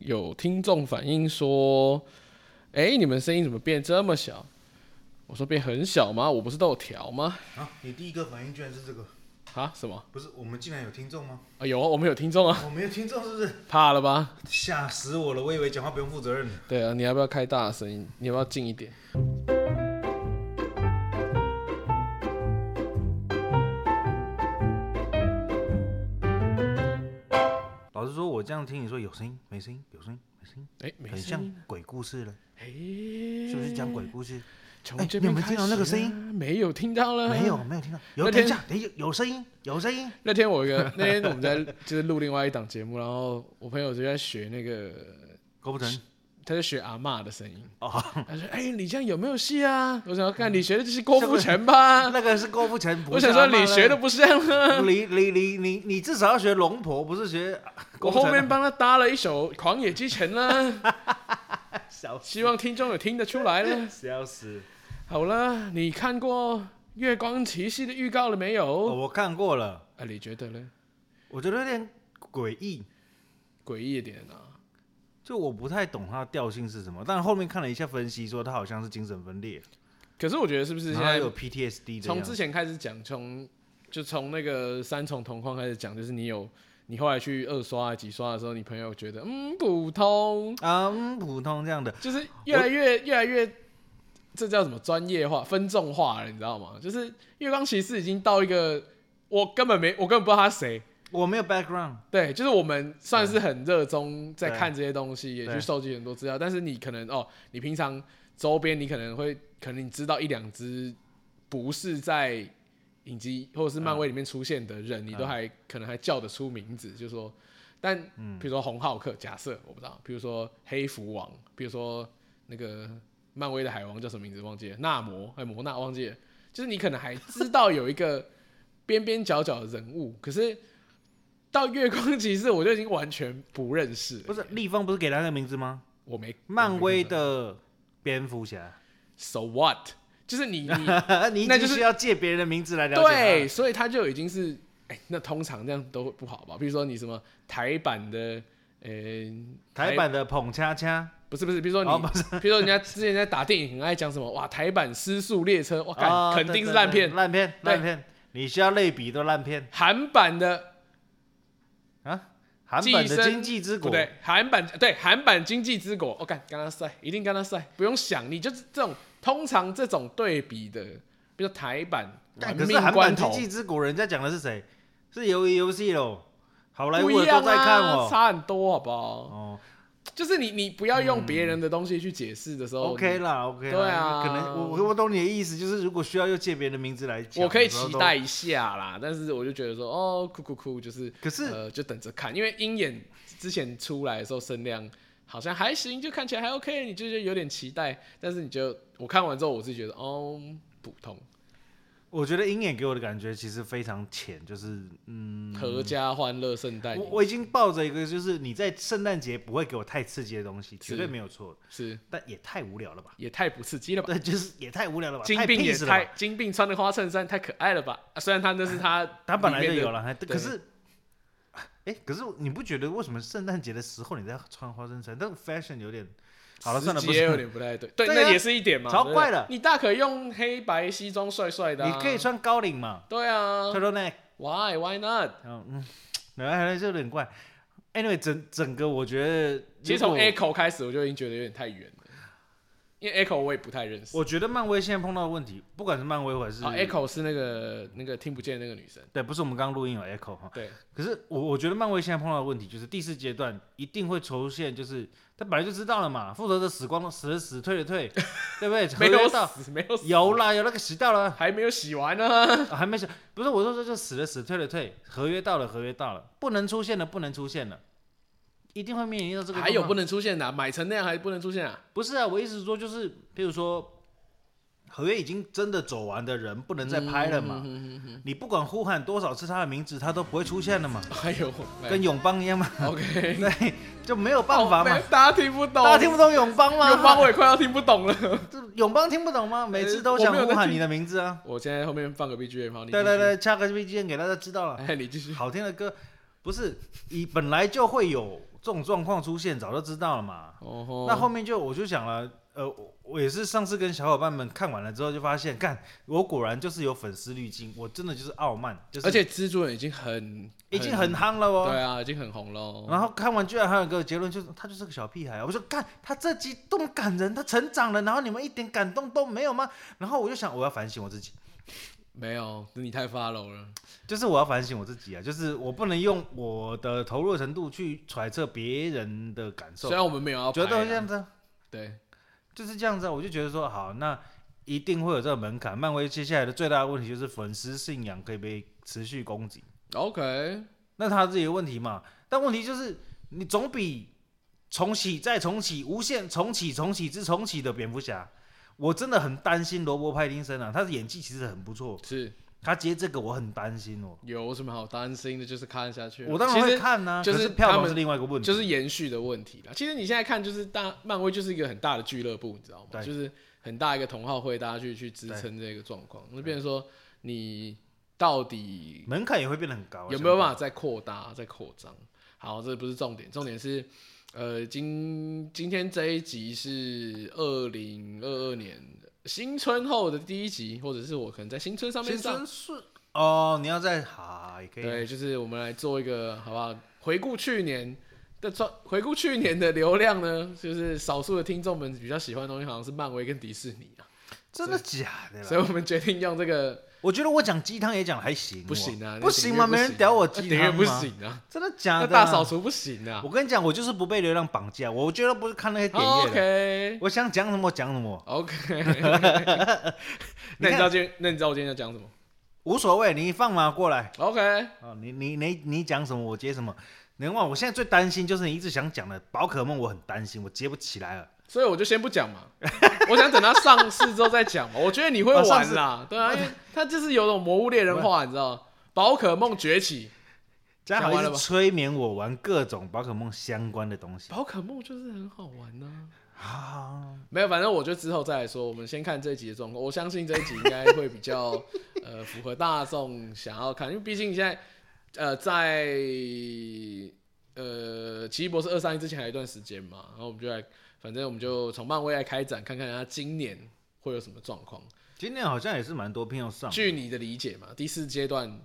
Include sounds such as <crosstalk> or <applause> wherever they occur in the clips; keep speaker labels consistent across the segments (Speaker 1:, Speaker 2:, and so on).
Speaker 1: 有听众反映说，哎、你们声音怎么变这么小？我说变很小吗？我不是都有调吗？
Speaker 2: 啊，你第一个反应居然是这个，
Speaker 1: 啊，什么？
Speaker 2: 不是我们竟然有听众吗？
Speaker 1: 啊，有啊，我们有听众啊， <laughs>
Speaker 2: 我没有听众是不是？ <laughs>
Speaker 1: 怕了吧？
Speaker 2: 吓死我了，我以为讲话不用负责任。
Speaker 1: 对啊，你要不要开大声音？你要不要近一点？
Speaker 2: 老实说，我这样听你说有声音没声音，有声音没声音，
Speaker 1: 哎、没
Speaker 2: 很
Speaker 1: 声
Speaker 2: 像
Speaker 1: 音。
Speaker 2: 鬼故事了，
Speaker 1: 哎、
Speaker 2: 是不是讲鬼故事？
Speaker 1: 从
Speaker 2: 哎
Speaker 1: 这
Speaker 2: 你
Speaker 1: 边
Speaker 2: 有没有
Speaker 1: 开
Speaker 2: 听到那个
Speaker 1: 始
Speaker 2: 声
Speaker 1: 啊？没有听到了，
Speaker 2: 没有，没有听到。有，
Speaker 1: 那
Speaker 2: 等
Speaker 1: 天
Speaker 2: 一下，等一下，有声音，有声音。
Speaker 1: 那天我有一个那天我们在就是录另外一档节目，然后我朋友就在学那个，
Speaker 2: 郭富城，
Speaker 1: 他在学阿嬷的声音。
Speaker 2: 哦， <laughs>
Speaker 1: 他说：“哎、你这样有没有戏啊？”我想要看你学的就是郭富城吧。<laughs>
Speaker 2: <laughs> 那个是郭富城，不
Speaker 1: 我
Speaker 2: 是
Speaker 1: 想说
Speaker 2: 阿嬷
Speaker 1: 你学的不 <laughs> 像
Speaker 2: <laughs>
Speaker 1: 啊。
Speaker 2: 了，你你你你你至少要学龙婆，不是学
Speaker 1: 我
Speaker 2: 郭富
Speaker 1: 后
Speaker 2: 城
Speaker 1: 面
Speaker 2: 啊。
Speaker 1: 帮他搭了一首《狂野之城》啦，
Speaker 2: <laughs>
Speaker 1: <laughs>
Speaker 2: 笑死
Speaker 1: 希望听众有听得出来了。
Speaker 2: 笑死！
Speaker 1: 好了，你看过《月光骑士》的预告了没
Speaker 2: 哦
Speaker 1: 有？
Speaker 2: 我看过了，
Speaker 1: 啊，你觉得呢？
Speaker 2: 我觉得有点诡异，
Speaker 1: 诡异一点啊。
Speaker 2: 就我不太懂它的调性是什么。但后面看了一下分析，说他好像是精神分裂，
Speaker 1: 可是我觉得是不是
Speaker 2: 然
Speaker 1: 现
Speaker 2: 后他
Speaker 1: 在
Speaker 2: 有 PTSD 的
Speaker 1: 从
Speaker 2: 样
Speaker 1: 之
Speaker 2: 子。
Speaker 1: 前开始讲，从就从那个三重同框开始讲，就是你有你后来去二刷、几刷的时候，你朋友觉得嗯普通，
Speaker 2: 啊、嗯，普通这样的，
Speaker 1: 就是越来越越来越，这叫什么专业化、分众化了，你知道吗？就是月光骑士已经到一个我根本没我根本不知道他谁，
Speaker 2: 我没有 background，
Speaker 1: 对，就是我们算是很热衷在
Speaker 2: 对
Speaker 1: 看这些东西，也
Speaker 2: 对
Speaker 1: 去收集很多资料。但是你可能哦，你平常周边你可能会，可能你知道一两只不是在影集或者是漫威里面出现的人，你都还可能还叫得出名字，就说，但比如说红浩克，假设我不知道，比如说黑蝠王，比如说那个漫威的海王叫什么名字忘记了，纳摩还摩纳忘记了，就是你可能还知道有一个边边角角的人物，可是到月光骑士我就已经完全不认识了，
Speaker 2: 不是立方不是给他那个名字吗？
Speaker 1: 嗯我没
Speaker 2: 漫威的蝙蝠侠， <laughs>
Speaker 1: so what，就是你你
Speaker 2: 你已
Speaker 1: 那
Speaker 2: 经
Speaker 1: 就是
Speaker 2: 需要借别人的名字来了解他。
Speaker 1: 对，所以他就已经是哎、那通常这样都不好吧？比如说你什么台版的呃、
Speaker 2: 台版的捧恰恰，
Speaker 1: 不是不是，比如说你，
Speaker 2: 哦
Speaker 1: 比如说人家之前在打电影很爱讲什么哇，台版《失速列车》，哇，干、
Speaker 2: 啊
Speaker 1: 肯
Speaker 2: 对
Speaker 1: 定是
Speaker 2: 对
Speaker 1: 烂
Speaker 2: 对
Speaker 1: 片。
Speaker 2: 烂片，
Speaker 1: 对
Speaker 2: 烂片。你需要类比都烂片
Speaker 1: 韩版的
Speaker 2: 啊！韩
Speaker 1: 寄
Speaker 2: 版的《
Speaker 1: 生
Speaker 2: 经济之
Speaker 1: 不
Speaker 2: 国》
Speaker 1: 对，韩版对韩版《经济之国》，我哦干跟他赛，一定跟他赛，不用想，你就是这种通常这种对比的，比如说台版
Speaker 2: 干，
Speaker 1: 玩
Speaker 2: 啊可
Speaker 1: 命
Speaker 2: 是韩版
Speaker 1: 关
Speaker 2: 《经
Speaker 1: 头
Speaker 2: 济之国》人家讲的是谁？是鱿鱼游戏喽，好莱
Speaker 1: 不
Speaker 2: 坞
Speaker 1: 一
Speaker 2: 的都
Speaker 1: 样
Speaker 2: 在看
Speaker 1: 啊，
Speaker 2: 哦。
Speaker 1: 差很多好不好？
Speaker 2: 哦
Speaker 1: 就是你你不要用别人的东西去解释的时候
Speaker 2: 嗯，OK 啦，OK 啦，
Speaker 1: 对啊
Speaker 2: 可能我我我懂你的意思，就是如果需要又借别人的名字来讲，
Speaker 1: 我可以
Speaker 2: 有时候
Speaker 1: 期
Speaker 2: 都
Speaker 1: 待。一下啦，但是我就觉得说，哦，酷酷酷，就是，
Speaker 2: 可是
Speaker 1: 呃，就等着看，因为鹰眼之前出来的时候声量好像还行，就看起来还 OK，你就觉得有点期待，但是你就我看完之后，我是觉得，哦，普通，
Speaker 2: 我觉得鹰眼给我的感觉其实非常浅，就是嗯，
Speaker 1: 合家欢乐圣诞
Speaker 2: 我我已经抱着一个就是你在圣诞节不会给我太刺激的东西，绝
Speaker 1: 是
Speaker 2: 对没有错，
Speaker 1: 是
Speaker 2: 但也太无聊了吧？ <laughs>
Speaker 1: 也太不刺激了吧？
Speaker 2: 对，就是也太无聊了吧？
Speaker 1: 金
Speaker 2: 太
Speaker 1: 并也
Speaker 2: peace 了吧
Speaker 1: 太金并穿的花衬衫太可爱了吧？啊虽然他那是他
Speaker 2: 他本来
Speaker 1: 里
Speaker 2: 就
Speaker 1: 面的
Speaker 2: 有了，还
Speaker 1: 对
Speaker 2: 可是，哎、可是你不觉得为什么圣诞节的时候你在穿花衬衫，那个 fashion 有点，好了算了，
Speaker 1: 时
Speaker 2: 不
Speaker 1: 节有
Speaker 2: 是，
Speaker 1: 点不太对，对，
Speaker 2: 对啊
Speaker 1: 那也是一点嘛，
Speaker 2: 超
Speaker 1: 对不对
Speaker 2: 怪的
Speaker 1: 你大可用黑白西装帅帅的啊，
Speaker 2: 你可以穿高领嘛
Speaker 1: 对啊
Speaker 2: ，turtle neck，
Speaker 1: ，Why Why not？
Speaker 2: 嗯嗯，然后还是有点怪。Anyway，整整个我觉得，
Speaker 1: 其实
Speaker 2: 如
Speaker 1: 从
Speaker 2: 果
Speaker 1: Echo 开始，我就已经觉得有点太远了，因为 Echo 我也不太认识。
Speaker 2: 我觉得漫威现在碰到的问题，不管是漫威还是
Speaker 1: 啊，Echo 是那个那个听不见那个女生，
Speaker 2: 对，不是我们刚刚录音有 echo 哈。 <laughs>
Speaker 1: 对，
Speaker 2: 可是我我觉得漫威现在碰到的问题就是第四阶段一定会出现，就是他本来就知道了嘛，复仇者死光了，死了死，退
Speaker 1: <laughs>
Speaker 2: 了退，对不对？
Speaker 1: 没有
Speaker 2: 合约到
Speaker 1: 死，没有死，
Speaker 2: 有啦，有那个洗到了，
Speaker 1: 还没有洗完呢。
Speaker 2: 啊还没洗，不是我说这就死了死，退了退，合约到了，合约到了，不能出现了，不能出现了，一定会面临到这个状况。
Speaker 1: 还有不能出现的啊，买成那样还不能出现啊？
Speaker 2: 不是啊，我意思是说就是，比如说合约已经真的走完的人，不能再拍了嘛，
Speaker 1: 嗯
Speaker 2: 你不管呼喊多少次他的名字，他都不会出现了嘛，
Speaker 1: 还有
Speaker 2: 跟永邦一样嘛，
Speaker 1: 哎 OK，
Speaker 2: <laughs>
Speaker 1: 哦
Speaker 2: 对，就没有办法嘛，
Speaker 1: 大家听不懂，
Speaker 2: 大家听不懂啊永邦吗？
Speaker 1: 有帮我也快要听不懂了。 <laughs>
Speaker 2: 这永邦听不懂吗？每次都想
Speaker 1: 我没有在
Speaker 2: 呼喊
Speaker 1: 听
Speaker 2: 你的名字啊，
Speaker 1: 我现在后面放个 BGM，好，你
Speaker 2: 对
Speaker 1: 继续
Speaker 2: 对，对，加个 B G M 给大家知道了。
Speaker 1: 哎，你继续。
Speaker 2: 好听的歌，不是你本来就会有这种状况出现，早就知道了嘛。
Speaker 1: 哦吼，
Speaker 2: 那后面就我就想了，呃，我我也是上次跟小伙伴们看完了之后就发现，干，我果然就是有粉丝滤镜，我真的就是傲慢，就是
Speaker 1: 而且蜘蛛人已经很
Speaker 2: 已经很夯了哦。
Speaker 1: 对啊，已经很红了哦。
Speaker 2: 然后看完居然还有一个结论，就是他就是个小屁孩啊！我说干，他这集多么感人，他成长了，然后你们一点感动都没有吗？然后我就想，我要反省我自己，
Speaker 1: 没有，你太 follow 了。
Speaker 2: 就是我要反省我自己啊，就是我不能用我的投入程度去揣测别人的感受
Speaker 1: 虽，然我们没有要
Speaker 2: 觉得
Speaker 1: 拍
Speaker 2: 会
Speaker 1: 啦
Speaker 2: 这样子啊、
Speaker 1: 对，
Speaker 2: 就是这样子啊，我就觉得说好，那一定会有这个门槛。漫威接下来的最大的问题就是粉丝信仰可以被持续攻击，
Speaker 1: OK，
Speaker 2: 那他自己的问题嘛。但问题就是，你总比重启再重启、无限重启、重启之重启的蝙蝠侠，我真的很担心罗伯·派丁森啊，他的演技其实很不错，
Speaker 1: 是
Speaker 2: 他接这个我很担心哦。
Speaker 1: 有什么好担心的？就是看下去。
Speaker 2: 我当然
Speaker 1: 其
Speaker 2: 会
Speaker 1: 实
Speaker 2: 看呢、
Speaker 1: 就是
Speaker 2: 可是票
Speaker 1: 他
Speaker 2: 房
Speaker 1: 们
Speaker 2: 是另外一个问题，
Speaker 1: 就是延续的问题啦。其实你现在看，就是大漫威就是一个很大的俱乐部，你知道吗？
Speaker 2: 对
Speaker 1: 就是很大一个同好会，大家去去支撑这个状况，那变成说你到底
Speaker 2: 门槛也会变得很高啊。
Speaker 1: 有没有
Speaker 2: 想
Speaker 1: 办法
Speaker 2: 法？
Speaker 1: 再扩大、再扩张？好，这不是重点，重点是，呃，今今天这一集是二零二二年新春后的第一集，或者是我可能在新春上面
Speaker 2: 新
Speaker 1: 上，
Speaker 2: 春是哦，你要在好也可以啊。
Speaker 1: 对，就是我们来做一个好不好？回顾去年的创，回顾去年的流量呢，就是少数的听众们比较喜欢的东西，好像是漫威跟迪士尼啊，
Speaker 2: 真的假的啦？
Speaker 1: 所以我们决定用这个
Speaker 2: 我觉得我讲鸡汤也讲还行哦，
Speaker 1: 不行啊，
Speaker 2: 不行吗？没人屌我鸡
Speaker 1: 点阅
Speaker 2: 汤
Speaker 1: 不
Speaker 2: 吗？
Speaker 1: 行啊，
Speaker 2: 真的假
Speaker 1: 那
Speaker 2: 的？
Speaker 1: 大扫，除不行啊
Speaker 2: 我跟你讲，我就是不被流量绑架，我觉得不是看那些点阅的，
Speaker 1: 哦，OK
Speaker 2: 我想讲什么讲什么， <laughs>
Speaker 1: OK，那你知道今天那你知道我今天要讲什么
Speaker 2: 无所谓，你放马过来
Speaker 1: ？OK，
Speaker 2: 哦，你你你你讲什么我接什么。能忘，我现在最担心就是你一直想讲的宝可梦，我很担心，我接不起来了。
Speaker 1: 所以我就先不讲嘛，我想等它上市之后再讲嘛。我觉得你会
Speaker 2: 哦上
Speaker 1: 玩
Speaker 2: 市
Speaker 1: 啦，对啊，因为它就是有种魔物猎人化，你知道吗？宝可梦崛起，
Speaker 2: 嘉豪
Speaker 1: 讲完
Speaker 2: 一
Speaker 1: 了
Speaker 2: 直
Speaker 1: 吧
Speaker 2: 催眠我玩各种宝可梦相关的东西
Speaker 1: 宝可梦就是很好玩呐、
Speaker 2: 啊，
Speaker 1: 没有，反正我觉得之后再来说。我们先看这一集的状况，我相信这一集应该会比较呃符合大众想要看，因为毕竟现在呃在呃奇异博士二三一之前还有一段时间嘛，然后我们就来，反正我们就从漫威来开展，看看他今年会有什么状况。
Speaker 2: 今天好像也是蛮多片要上，
Speaker 1: 据你的理解嘛，第四阶段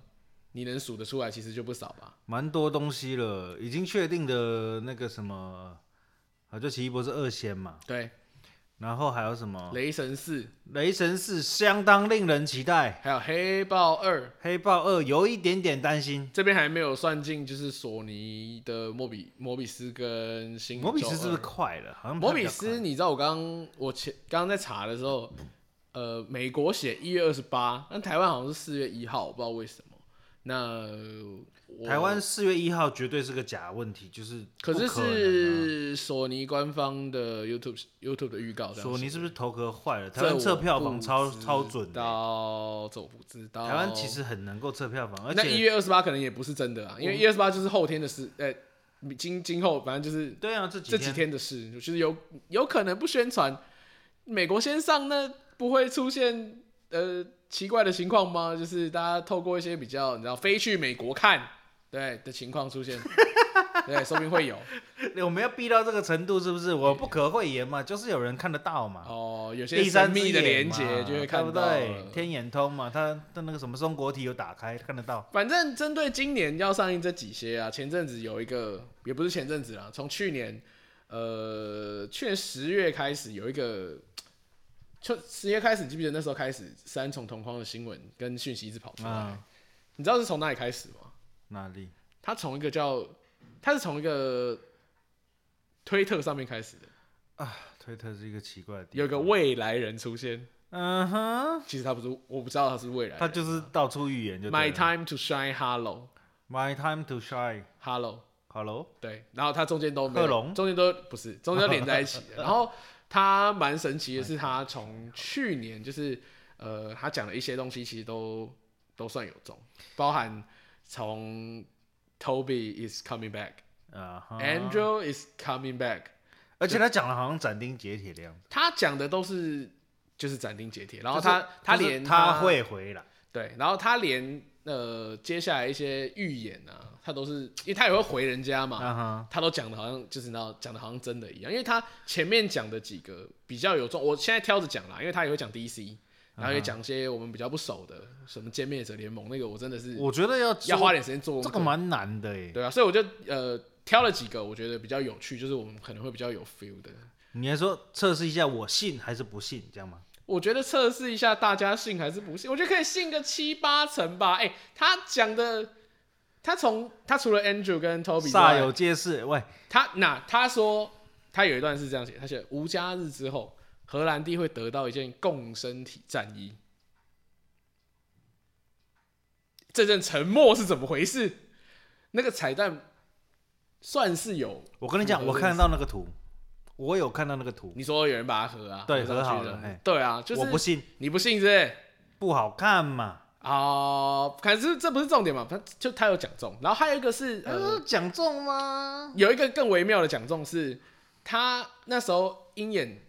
Speaker 1: 你能数得出来，其实就不少吧。
Speaker 2: 蛮多东西了，已经确定的那个什么，啊，就奇异博士二仙嘛，
Speaker 1: 对，
Speaker 2: 然后还有什么
Speaker 1: 雷神四，
Speaker 2: 雷神四，相当令人期待。
Speaker 1: 还有黑豹二，
Speaker 2: 黑豹二有一点点担心，
Speaker 1: 这边还没有算进，就是索尼的莫比摩比斯跟新宇宙
Speaker 2: 摩比斯
Speaker 1: 二
Speaker 2: 是不是快了？好像
Speaker 1: 摩比
Speaker 2: 比较
Speaker 1: 斯？
Speaker 2: 快
Speaker 1: 你知道我刚我前刚刚在查的时候，
Speaker 2: 嗯
Speaker 1: 呃，美国写一月二十八，但台湾好像是四月一号，我不知道为什么。那我
Speaker 2: 台湾四月一号绝对是个假问题，就是
Speaker 1: 可是
Speaker 2: 不能啊
Speaker 1: 是索尼官方的 YouTube YouTube 的预告这样写，
Speaker 2: 索尼是不是头壳坏了？
Speaker 1: 这
Speaker 2: 台湾测
Speaker 1: 我
Speaker 2: 票房
Speaker 1: 不
Speaker 2: 超
Speaker 1: 知
Speaker 2: 超准的，
Speaker 1: 道这我不知道。
Speaker 2: 台湾其实很能够测票房，而
Speaker 1: 那一
Speaker 2: 且
Speaker 1: 月二十八可能也不是真的啊，因为一月二十八就是后天的事，呃，今今后反正就是
Speaker 2: 对啊，这
Speaker 1: 这几
Speaker 2: 几天
Speaker 1: 天的事，就是有有可能不宣传，美国先上，那不会出现呃奇怪的情况吗？就是大家透过一些比较你知道飞去美国看对的情况出
Speaker 2: <laughs>
Speaker 1: 现，对，说不定会有
Speaker 2: 我们要逼到这个程度，是不是？我不可讳言嘛，就是有人看得到嘛。
Speaker 1: 哦，有些
Speaker 2: 第三
Speaker 1: 神秘的连接就会
Speaker 2: 看
Speaker 1: 看
Speaker 2: 不
Speaker 1: 到
Speaker 2: 对
Speaker 1: 了。？
Speaker 2: 天眼通嘛，他的那个什么松果体有打开，看得到。
Speaker 1: 反正针对今年要上映这几些啊，前阵子有一个，也不是前阵子啦，从去年，呃，去年十月开始有一个，就十月开始，你记不记得那时候开始三重同框的新闻跟讯息一直跑出来？
Speaker 2: 啊
Speaker 1: 你知道是从哪里开始吗？
Speaker 2: 哪里？
Speaker 1: 它从一个叫，它是从一个推特上面开始的，啊
Speaker 2: 推特是一个奇怪的地
Speaker 1: 有一个
Speaker 2: 方。
Speaker 1: 未来人出现，
Speaker 2: 嗯哼，
Speaker 1: 其实他不是，我不知道他是未来人
Speaker 2: 哎他就是到处预言就对
Speaker 1: My
Speaker 2: 了
Speaker 1: Time to Shine Hello
Speaker 2: My time to shine。
Speaker 1: Hello。
Speaker 2: Hello，
Speaker 1: 对，然后它中间都没
Speaker 2: 贺
Speaker 1: 有，
Speaker 2: 龙
Speaker 1: 中间都不是，中间都连在一起的。
Speaker 2: <laughs>
Speaker 1: 然后它蛮神奇的是，它从去年就是呃，他讲的一些东西其实都都算有中，包含从 Toby is coming back，Andrew
Speaker 2: 啊哈、
Speaker 1: is coming back，
Speaker 2: 而且他讲的好像斩钉截铁的样子。
Speaker 1: 他讲的都是就是斩钉截铁，然后
Speaker 2: 就是
Speaker 1: 他他
Speaker 2: 就是
Speaker 1: 连
Speaker 2: 他会回来，
Speaker 1: 对，然后他连呃接下来一些预言啊，他都是因为他也会回人家嘛，
Speaker 2: 啊哈，
Speaker 1: 他都讲的好像就是你知道讲的好像真的一样，因为他前面讲的几个比较有重，我现在挑着讲啦，因为他也会讲 DC，然后也讲些我们比较不熟的，什么歼灭者联盟那个，我真的是
Speaker 2: 我觉得要
Speaker 1: 要
Speaker 2: 做
Speaker 1: 花点时间做功
Speaker 2: 这
Speaker 1: 课
Speaker 2: 个蛮难的诶。
Speaker 1: 对啊，所以我就呃挑了几个我觉得比较有趣，就是我们可能会比较有 feel 的。
Speaker 2: 你还说测试一下我信还是不信，这样吗？
Speaker 1: 我觉得测试一下大家信还是不信，我觉得可以信个七八成吧。哎、他讲的，他从他除了 Andrew 跟 Toby 之
Speaker 2: 煞
Speaker 1: 外
Speaker 2: 有介事，喂，
Speaker 1: 他那他说他有一段是这样写，他写无家日之后，荷兰弟会得到一件共生体战衣。这阵沉默是怎么回事？那个彩蛋算是有，
Speaker 2: 我跟你讲，我看到那个图，我有看到那个图，
Speaker 1: 你说有人把它合啊，
Speaker 2: 对
Speaker 1: 合上去
Speaker 2: 合好
Speaker 1: 的
Speaker 2: 了嘿
Speaker 1: 对啊，就是
Speaker 2: 我不信，
Speaker 1: 你不信是不是？
Speaker 2: 不好看嘛。
Speaker 1: 哦，可是这不是重点嘛，反正就他有讲中，然后还有一个是呃，
Speaker 2: 呃，讲中吗？
Speaker 1: 有一个更微妙的讲中是，他那时候鹰眼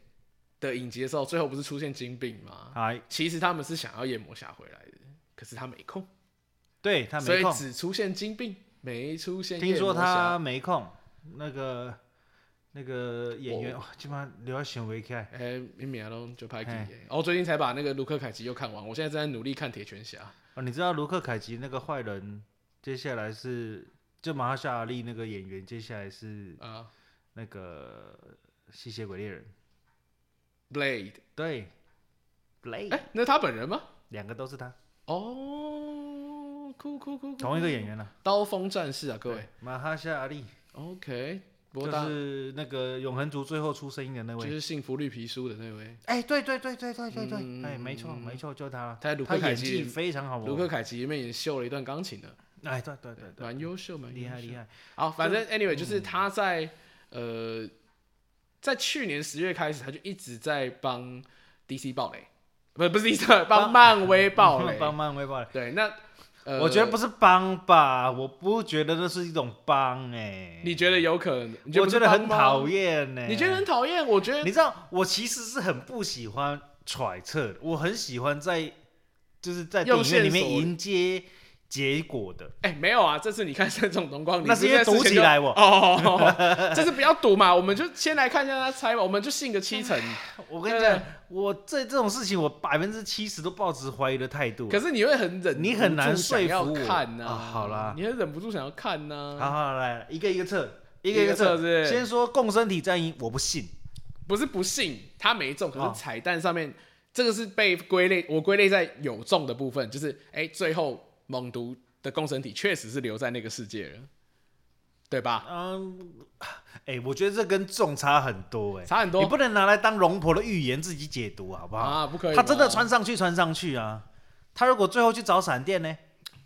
Speaker 1: 的影集的时候，最后不是出现金病吗？
Speaker 2: 哎，
Speaker 1: 其实他们是想要夜魔侠回来的，可是他没空，
Speaker 2: 对他
Speaker 1: 所
Speaker 2: 没
Speaker 1: 以
Speaker 2: 空，
Speaker 1: 只出现金病，没出现
Speaker 2: 听
Speaker 1: 夜
Speaker 2: 说
Speaker 1: 魔侠。
Speaker 2: 他没空，那个那个演员，哇基本上留下选维克，
Speaker 1: 哎，明明啊都就拍电
Speaker 2: 嘿
Speaker 1: 影。哦，最近才把那个卢克凯奇又看完，我现在正在努力看铁拳侠。
Speaker 2: 哦，你知道卢克凯奇那个坏人，接下来是就马哈夏阿利那个演员，接下来是
Speaker 1: 啊、
Speaker 2: 那个吸血鬼猎人，
Speaker 1: b l a d
Speaker 2: 对
Speaker 1: e
Speaker 2: ，Blade，
Speaker 1: 哎，那是他本人吗？
Speaker 2: 两个都是他，
Speaker 1: 哦，酷酷酷酷，
Speaker 2: 同一个演员了、
Speaker 1: 刀锋战士啊，各位。
Speaker 2: 马哈夏阿利
Speaker 1: OK，不过
Speaker 2: 就
Speaker 1: 大、
Speaker 2: 是那个永恒族最后出声音的那
Speaker 1: 就
Speaker 2: 位，
Speaker 1: 是幸福绿皮书的那位
Speaker 2: 哎、对对对对对对对，哎、
Speaker 1: 嗯
Speaker 2: 没错没错，就他了，
Speaker 1: 他在卢克
Speaker 2: 他
Speaker 1: 凯
Speaker 2: 演
Speaker 1: 奇
Speaker 2: 技
Speaker 1: 里
Speaker 2: 非常好玩，
Speaker 1: 卢克凯奇，里面也秀了一段钢琴的，
Speaker 2: 哎，对对对对，
Speaker 1: <laughs> 蛮优秀，蛮优
Speaker 2: 厉害
Speaker 1: 秀
Speaker 2: 厉害，嗯
Speaker 1: 好，反正 anyway 就是他在、呃，在去年十月开始，他就一直在帮 DC 爆雷，不不是 DC 帮
Speaker 2: 帮
Speaker 1: 漫威爆雷。
Speaker 2: <laughs> 帮漫威爆雷。
Speaker 1: 对，那呃，
Speaker 2: 我觉得不是帮吧，我不觉得那是一种帮哎、
Speaker 1: 你觉得有可能？你不
Speaker 2: 我觉
Speaker 1: 是
Speaker 2: 得很
Speaker 1: 帮吗
Speaker 2: 讨厌呢。
Speaker 1: 你觉得很？讨厌？我觉得
Speaker 2: 你知道，我其实是很不喜欢揣测的，我很喜欢在就是在电
Speaker 1: 用
Speaker 2: 影院里
Speaker 1: 线
Speaker 2: 面
Speaker 1: 索
Speaker 2: 迎接结果的。
Speaker 1: 哎、没有啊，这次你看三种同光，你
Speaker 2: 那是因为
Speaker 1: 不在之
Speaker 2: 赌
Speaker 1: 前
Speaker 2: 起
Speaker 1: 就
Speaker 2: 来我
Speaker 1: <laughs> 哦，这次不要赌嘛，我们就先来看一下他猜嘛，我们就信个七成。
Speaker 2: 我跟你
Speaker 1: 对
Speaker 2: 讲，我这这种事情，我百分之七十都抱持怀疑的态度。
Speaker 1: 可是你会很忍，
Speaker 2: 你很难说服我
Speaker 1: 要看呐、
Speaker 2: 啊好啦
Speaker 1: 你很忍不住想要看啊呐、
Speaker 2: 好好来，一个一个测，
Speaker 1: 嗯
Speaker 2: 一
Speaker 1: 一
Speaker 2: 个
Speaker 1: 个测是
Speaker 2: 测。
Speaker 1: 不是
Speaker 2: 先说共生体战役，我不信。
Speaker 1: 不是不信他没中，可
Speaker 2: 哦
Speaker 1: 是彩蛋上面、这个是被归类，我归类在有中的部分，就是哎、最后猛毒的共生体确实是留在那个世界了，对吧？
Speaker 2: 嗯，哎、我觉得这跟众差很多哎、
Speaker 1: 差很多
Speaker 2: 你不能拿来当龙婆的预言自己解读好不好？
Speaker 1: 啊，不可以吗，
Speaker 2: 他真的穿上去穿上去啊！他如果最后去找闪电呢？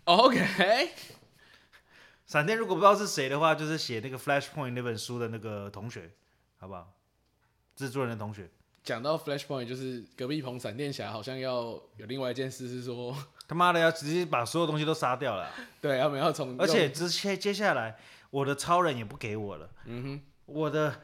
Speaker 1: 哦，OK， <laughs>
Speaker 2: 闪电如果不知道是谁的话，就是写那个《Flashpoint》那本书的那个同学，好不好？制作人的同学，
Speaker 1: 讲到 Flashpoint，就是隔壁棚闪电侠好像要有另外一件事是说， <laughs>
Speaker 2: 他妈的要直接把所有东西都杀掉了啊，
Speaker 1: 对，他们要从
Speaker 2: 而且之接接下来我的超人也不给我了，
Speaker 1: 嗯
Speaker 2: 我的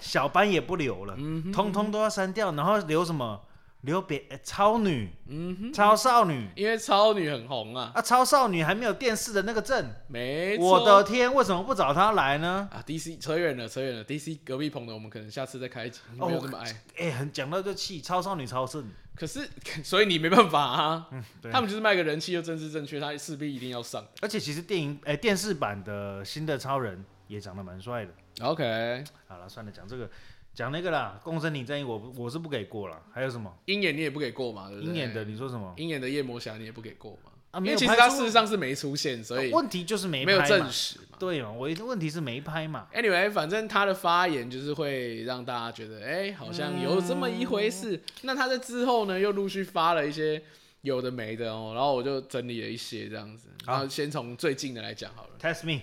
Speaker 2: 小班也不留了，通通都要删掉，然后留什么？留别、呃超女、
Speaker 1: 哼嗯哼，
Speaker 2: 超少女
Speaker 1: 因为超女很红啊，
Speaker 2: 啊，超少女还没有电视的那个阵，
Speaker 1: 没错，
Speaker 2: 我的天，为什么不找她来呢？
Speaker 1: 啊，DC 扯远了，扯远了，DC 隔壁棚的我们可能下次再开一集，
Speaker 2: 哦
Speaker 1: 没有那么爱，
Speaker 2: 哎、很讲到这气，超少女超正，
Speaker 1: 可是 <laughs> 所以你没办法啊，
Speaker 2: 嗯，对
Speaker 1: 他。们就是卖个人气又政治正确，他势必一定要上
Speaker 2: 而且其实电影，哎、电视版的新的超人也长得蛮帅的。
Speaker 1: ，OK，
Speaker 2: 好了，算了，讲这个，讲那个啦，共生你战役我不我是不给过了。还有什么
Speaker 1: 鹰眼你也不给过嘛，对不对？
Speaker 2: 鹰眼的？，你说什么？
Speaker 1: 鹰眼的夜魔侠你也不给过嘛，
Speaker 2: 啊
Speaker 1: 因
Speaker 2: 没
Speaker 1: 为
Speaker 2: 有
Speaker 1: 其实
Speaker 2: 拍
Speaker 1: 他
Speaker 2: 出
Speaker 1: 事实上是没出现，所以
Speaker 2: 问题就是没
Speaker 1: 没有
Speaker 2: 拍
Speaker 1: 证
Speaker 2: 嘛。
Speaker 1: 实嘛。
Speaker 2: 对嘛，我一问题是没拍嘛。
Speaker 1: Anyway，反正他的发言就是会让大家觉得，哎、好像有这么一回事。
Speaker 2: 嗯
Speaker 1: 那他在之后呢，又陆续发了一些有的没的哦，然后我就整理了一些这样子。
Speaker 2: 好
Speaker 1: 然后先从最近的来讲好了，
Speaker 2: Test me，
Speaker 1: 《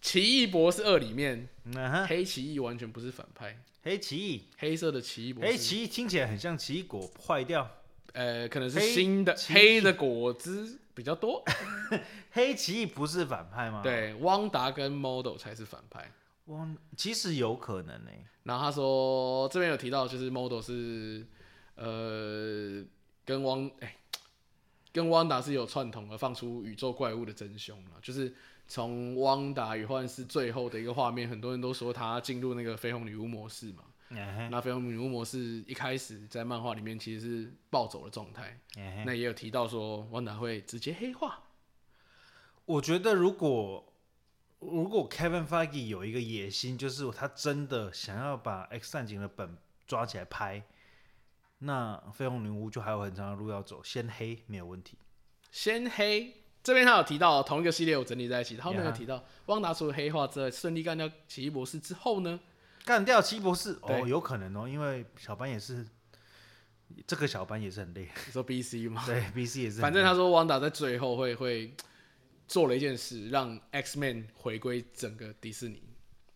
Speaker 1: 奇异博士二》里面，
Speaker 2: 嗯哼，
Speaker 1: 黑奇异完全不是反派，
Speaker 2: 黑奇异，
Speaker 1: 黑色的奇异博士，
Speaker 2: 黑奇异听起来很像奇异果坏掉。
Speaker 1: 呃，可能是
Speaker 2: 黑
Speaker 1: 新的
Speaker 2: 奇异
Speaker 1: 黑的果汁比较多。
Speaker 2: 黑奇异不是反派吗？，
Speaker 1: 对，汪达跟 Model 才是反派。
Speaker 2: 我其实有可能欸呢、
Speaker 1: 然后他说这边有提到，就是 model 是呃跟汪哎、跟汪达是有串通而放出宇宙怪物的真凶了，就是从汪达与幻视最后的一个画面，很多人都说他进入那个绯红女巫模式嘛。
Speaker 2: 嗯哼
Speaker 1: 那绯红女巫模式一开始在漫画里面其实是暴走的状态，
Speaker 2: 嗯哼
Speaker 1: 那也有提到说汪达会直接黑化，
Speaker 2: 我觉得如果如果 Kevin Feige 有一个野心，就是他真的想要把 X 战警的本抓起来拍，那绯红女巫就还有很长的路要走，先黑没有问题。
Speaker 1: 先黑。这边他有提到同一个系列，我整理在一起。他后面有
Speaker 2: 呀
Speaker 1: 提到，汪达除了黑化之外，顺利干掉奇异博士之后呢，
Speaker 2: 干掉七博士哦，
Speaker 1: 对
Speaker 2: 有可能哦，因为小班也是，这个小班也是很累，
Speaker 1: <laughs> 你说 B C 吗？
Speaker 2: 对，B C 也 <laughs> 是很累，啊
Speaker 1: 反正他说汪达在最后会会做了一件事，让 X Man 回归整个迪士尼，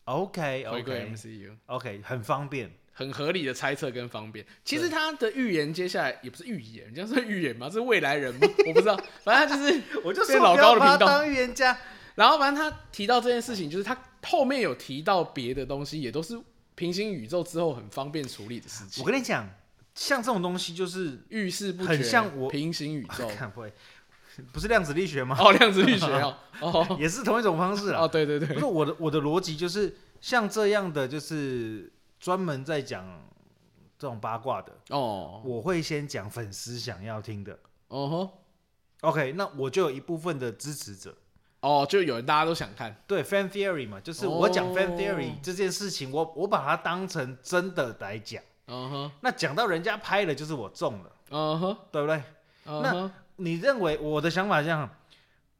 Speaker 2: 哎 OK
Speaker 1: 回归
Speaker 2: OK
Speaker 1: MCU，
Speaker 2: OK 很方便，
Speaker 1: 很合理的猜测跟方便。其实他的预言接下来也不是预言，这样算预言吗？这是未来人吗？ <laughs> 我不知道，反正他就是
Speaker 2: 我就
Speaker 1: 变
Speaker 2: 说
Speaker 1: 老高的
Speaker 2: 不要
Speaker 1: 频
Speaker 2: 把他
Speaker 1: 道。
Speaker 2: 当预言家，
Speaker 1: 然后反正他提到这件事情，就是他后面有提到别的东西，也都是平行宇宙之后很方便处理的事
Speaker 2: 我
Speaker 1: 情。
Speaker 2: 跟你讲，像这种东西就是
Speaker 1: 遇事不决，
Speaker 2: 很像 <laughs> 我
Speaker 1: 平行宇宙
Speaker 2: 看不会，不是量子力学吗？
Speaker 1: 哦，量子力学哦，哦
Speaker 2: 也 <laughs> 是同一种方式啊。
Speaker 1: 哦，对对对
Speaker 2: 不，是我的我的逻辑就是像这样的，就是专门在讲这种八卦的，
Speaker 1: 哦
Speaker 2: 我会先讲粉丝想要听的。
Speaker 1: 哦吼。
Speaker 2: OK，那我就有一部分的支持者，
Speaker 1: 哦，就有人大家都想看，
Speaker 2: 对 fan theory 嘛，就是我讲
Speaker 1: 哦
Speaker 2: fan theory 这件事情，我我把它当成真的来讲。
Speaker 1: 嗯哼，
Speaker 2: 那讲到人家拍了，就是我中了，
Speaker 1: 嗯哼，
Speaker 2: 对不对？
Speaker 1: 嗯
Speaker 2: 那
Speaker 1: 哼，
Speaker 2: 你认为我的想法这样，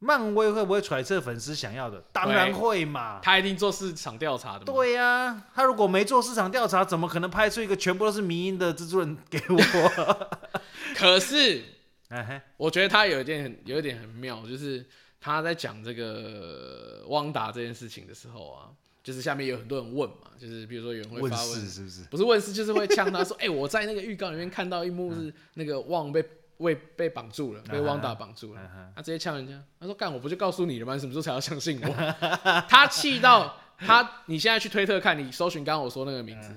Speaker 2: 漫威会不会揣测粉丝想要的？当然会嘛。
Speaker 1: 他一定做市场调查的嘛。
Speaker 2: 对呀、他如果没做市场调查，怎么可能拍出一个全部都是迷因的蜘蛛人给我？ <laughs>
Speaker 1: 可是
Speaker 2: 哎嘿
Speaker 1: 我觉得他有一点很有一点很妙，就是他在讲这个呃汪达这件事情的时候啊，就是下面有很多人问嘛，就是比如说有人会
Speaker 2: 问
Speaker 1: 发
Speaker 2: 世
Speaker 1: 问，
Speaker 2: 是不是？
Speaker 1: 不是问是就是会呛
Speaker 2: <laughs>
Speaker 1: 他说，哎、我在那个预告里面看到一幕是那个汪被被被绑住了，被
Speaker 2: 嗯啊哈
Speaker 1: 汪达绑住了。
Speaker 2: 嗯哼
Speaker 1: 他直接呛人家，他说：“干，我不就告诉你了吗？你什么时候才要相信我？”
Speaker 2: <laughs>
Speaker 1: 他气到他，你现在去推特看，你搜寻刚刚我说那个名字，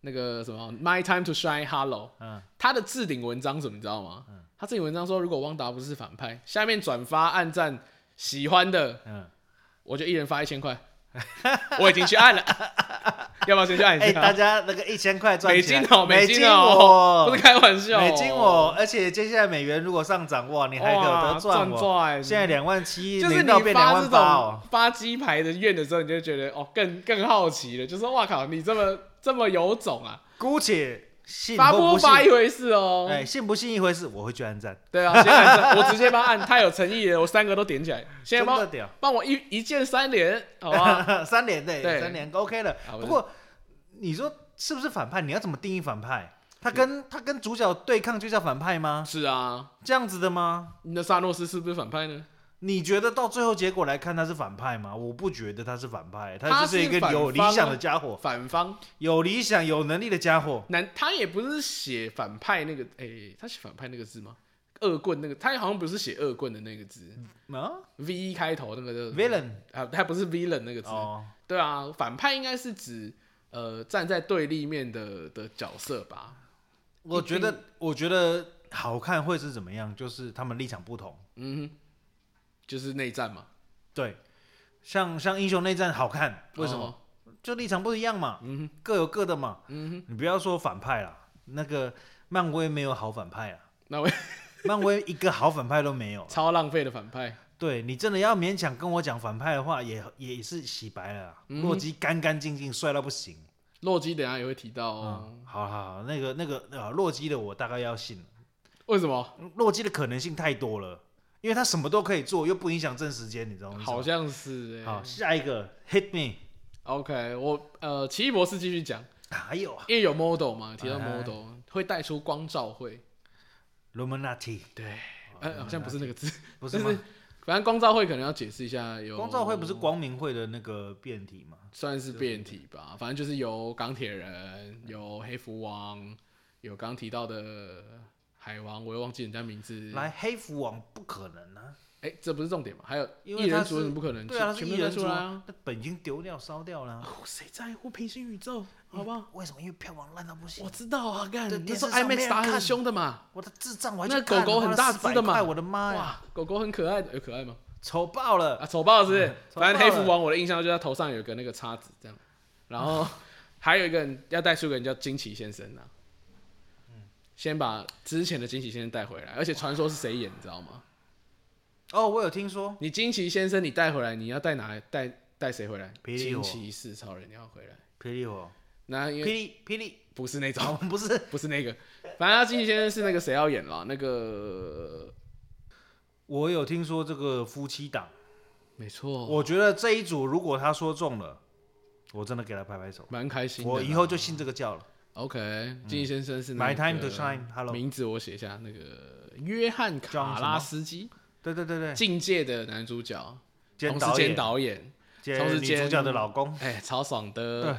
Speaker 1: 那个什么《My Time to Shine Hello》，
Speaker 2: 嗯
Speaker 1: 他的置顶文章怎么你知道吗？他置顶文章说，如果汪达不是反派，下面转发、按赞、喜欢的，
Speaker 2: 嗯，
Speaker 1: 我就一人发一千块。我已经去按
Speaker 2: <laughs>
Speaker 1: 了，要不要先去按一
Speaker 2: 哎、大
Speaker 1: 下？
Speaker 2: 家那个一千块赚
Speaker 1: 美
Speaker 2: 起来
Speaker 1: 金哦，
Speaker 2: 美
Speaker 1: 金
Speaker 2: 我
Speaker 1: 哦，不是开玩笑哦，
Speaker 2: 美金我，而且接下来美元如果上涨，哇，你还有
Speaker 1: 哇
Speaker 2: 得赚我。
Speaker 1: 赚
Speaker 2: 现在两万七，
Speaker 1: 就是
Speaker 2: 零
Speaker 1: 你
Speaker 2: 到变
Speaker 1: 发
Speaker 2: 两
Speaker 1: 这
Speaker 2: 万八哦
Speaker 1: 种。发鸡排的愿的时候，你就觉得哦，更更好奇了，就说哇靠，你这么这么有种啊，
Speaker 2: 姑且信
Speaker 1: 发
Speaker 2: 或
Speaker 1: 不
Speaker 2: 不信，
Speaker 1: 发一回事哦。
Speaker 2: 哎，信不信一回事，我会去按赞。
Speaker 1: 对啊，先按赞， <laughs> 我直接帮他按，太有诚意了，我三个都点起来，现在
Speaker 2: 真的
Speaker 1: 帮
Speaker 2: 屌， <laughs>
Speaker 1: 帮我一一键三连，好吧？啊
Speaker 2: 三连的，
Speaker 1: 对
Speaker 2: 三连 OK 了
Speaker 1: 好。我
Speaker 2: 不过你说是不是反派？你要怎么定义反派？他跟他跟主角对抗就叫反派吗？
Speaker 1: 是啊，
Speaker 2: 这样子的吗？
Speaker 1: 你的萨诺斯是不是反派呢？
Speaker 2: 你觉得到最后结果来看他是反派吗？我不觉得他是反派，
Speaker 1: 他
Speaker 2: 他就是一个
Speaker 1: 反
Speaker 2: 有理
Speaker 1: 方啊
Speaker 2: 想的家伙，
Speaker 1: 反方
Speaker 2: 有理想、有能力的家伙。
Speaker 1: 男，他也不是写反派那个，哎、他写反派那个字吗？恶棍那个，他好像不是写恶棍的那个字
Speaker 2: 啊
Speaker 1: ，V 一开头那个叫什么
Speaker 2: ，villain
Speaker 1: 啊，他不是 villain 那个字，
Speaker 2: 哦，
Speaker 1: 对啊，反派应该是指呃站在对立面的的角色吧？
Speaker 2: 我觉
Speaker 1: 一
Speaker 2: 得我觉得好看会是怎么样？就是他们立场不同。
Speaker 1: 嗯哼，就是内战嘛。
Speaker 2: 对，像像英雄内战好看，为什么？
Speaker 1: 哦？
Speaker 2: 就立场不一样嘛，各有各的嘛。你不要说反派啦，那个漫威没有好反派啊，
Speaker 1: 那位
Speaker 2: <laughs> 漫威一个好反派都没有。
Speaker 1: 超浪费的反派，
Speaker 2: 对你真的要勉强跟我讲反派的话，也也是洗白了啊。洛基干干净净，帅到不行。
Speaker 1: 洛基等一下也会提到哦。
Speaker 2: 嗯，好好好，那个那个啊，洛基的我大概要信了，
Speaker 1: 为什么？
Speaker 2: 洛基的可能性太多了，因为他什么都可以做，又不影响正时间，你知道吗？
Speaker 1: 好像是哎、
Speaker 2: 好，下一个 Hit Me，
Speaker 1: OK，我呃，奇异博士继续讲，
Speaker 2: 还有啊
Speaker 1: 因为有 model 嘛，提到
Speaker 2: 哎
Speaker 1: model 会带出光照会，
Speaker 2: Luminati，
Speaker 1: 对，呃，好像不是那个字，
Speaker 2: 不是
Speaker 1: 但
Speaker 2: 吗？
Speaker 1: 反正光照会可能要解释一下有。
Speaker 2: 光照会不是光明会的那个变体吗？
Speaker 1: 算是变体吧，反正就是有钢铁人，有黑蝠王，有刚提到的海王，我又忘记人家名字。
Speaker 2: 来，黑蝠王不可能啊！
Speaker 1: 哎、这不是重点嘛？还有
Speaker 2: 因
Speaker 1: 异
Speaker 2: 为他
Speaker 1: 人
Speaker 2: 是
Speaker 1: 族人不可能，
Speaker 2: 对啊，他是
Speaker 1: 全
Speaker 2: 艺
Speaker 1: 部都
Speaker 2: 人
Speaker 1: 出
Speaker 2: 出
Speaker 1: 来
Speaker 2: 啊
Speaker 1: 啊！，
Speaker 2: 那本已经丢掉烧掉了
Speaker 1: <laughs>
Speaker 2: 啊。
Speaker 1: 哦谁在乎平行宇宙？好不好？
Speaker 2: 为什么？因为票房烂到不行
Speaker 1: 我。知道啊，干
Speaker 2: 对
Speaker 1: 那
Speaker 2: 电
Speaker 1: 时候
Speaker 2: 视上没
Speaker 1: IMAX
Speaker 2: 人
Speaker 1: 打很
Speaker 2: 看
Speaker 1: 凶的嘛，
Speaker 2: 我的智障，我还
Speaker 1: 那
Speaker 2: 去看
Speaker 1: 狗狗很大
Speaker 2: 花了
Speaker 1: 只的嘛
Speaker 2: 400块我的妈呀，
Speaker 1: 哇，狗狗很可爱的，有可爱吗？
Speaker 2: 丑爆了！
Speaker 1: 啊，丑豹是不是？
Speaker 2: 嗯丑
Speaker 1: 反正黑
Speaker 2: 豹了
Speaker 1: 蝠王我的印象就是他头上有个那个叉子这样，然
Speaker 2: <laughs>
Speaker 1: 后还有一个人要带出一个人叫惊奇先生啊，
Speaker 2: 嗯
Speaker 1: 先把之前的惊奇先生带回来，而且传说是谁演你知道吗？
Speaker 2: 哦，我有听说，
Speaker 1: 你惊奇先生你带回来，你要带哪带带谁回来？
Speaker 2: 霹雳
Speaker 1: 惊
Speaker 2: 火
Speaker 1: 奇四超人你要回来，
Speaker 2: 霹雳火，
Speaker 1: 那因
Speaker 2: 霹
Speaker 1: 为
Speaker 2: 雳霹雳，
Speaker 1: 不是那种。
Speaker 2: 哦，不是
Speaker 1: 不是那个，反正他惊奇先生是那个谁要演了，那个
Speaker 2: 我有听说这个夫妻档，
Speaker 1: 没错，
Speaker 2: 我觉得这一组如果他说中了，我真的给他拍拍手，
Speaker 1: 蛮开心的啦。
Speaker 2: 我以后就信这个教了。
Speaker 1: OK，金先生啊是、那
Speaker 2: My time
Speaker 1: 个嗯
Speaker 2: to shine，hello
Speaker 1: 名字我写下那个约翰卡拉斯基，
Speaker 2: 对对对对，
Speaker 1: 境界的男主角，
Speaker 2: 兼
Speaker 1: 同时
Speaker 2: 哎导
Speaker 1: 兼
Speaker 2: 演，
Speaker 1: 导演，
Speaker 2: 兼
Speaker 1: 同时
Speaker 2: 女
Speaker 1: 兼
Speaker 2: 主角的老公，
Speaker 1: 哎、超爽
Speaker 2: 对
Speaker 1: 的，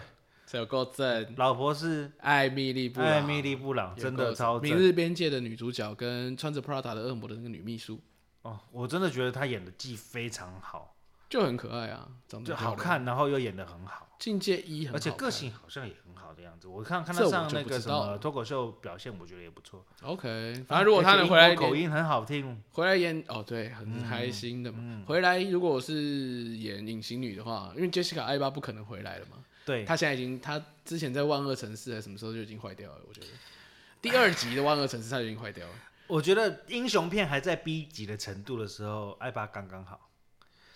Speaker 1: 这有够正，
Speaker 2: 老婆是
Speaker 1: 艾嗯米丽布朗，
Speaker 2: 艾米丽布朗，
Speaker 1: 有
Speaker 2: 真
Speaker 1: 够
Speaker 2: 的
Speaker 1: 正
Speaker 2: 超
Speaker 1: 明
Speaker 2: 正
Speaker 1: 日边界的女主角跟穿着 Prada 的恶魔的那个女秘书
Speaker 2: 哦，我真的觉得她演的技非常好，
Speaker 1: 就很可爱啊，长得
Speaker 2: 就
Speaker 1: 漂
Speaker 2: 好
Speaker 1: 亮。
Speaker 2: 看，然后又演的很好。
Speaker 1: 境界一很好
Speaker 2: 而且
Speaker 1: 看，
Speaker 2: 个性好像也很好的样子。我看看
Speaker 1: 这
Speaker 2: 他
Speaker 1: 我
Speaker 2: 上
Speaker 1: 就
Speaker 2: 那
Speaker 1: 不
Speaker 2: 个
Speaker 1: 知
Speaker 2: 什
Speaker 1: 道
Speaker 2: 么
Speaker 1: 了
Speaker 2: 脱口秀表现，我觉得也不错。
Speaker 1: OK，反正如果
Speaker 2: 而
Speaker 1: 他
Speaker 2: 且
Speaker 1: 能
Speaker 2: 英
Speaker 1: 回来
Speaker 2: 国口
Speaker 1: 演
Speaker 2: 音很好听，
Speaker 1: 回来演哦，对，
Speaker 2: 嗯
Speaker 1: 很开心的嘛。回来如果是演隐形女的话，因为 Jessica 艾巴不可能回来了嘛，
Speaker 2: 对，
Speaker 1: 她现在已经，她之前在万恶城市还是什么时候就已经坏掉了，我觉得。第二集的万恶城市她已经坏掉了，
Speaker 2: 我觉得英雄片还在 B 级的程度的时候，艾巴刚刚好。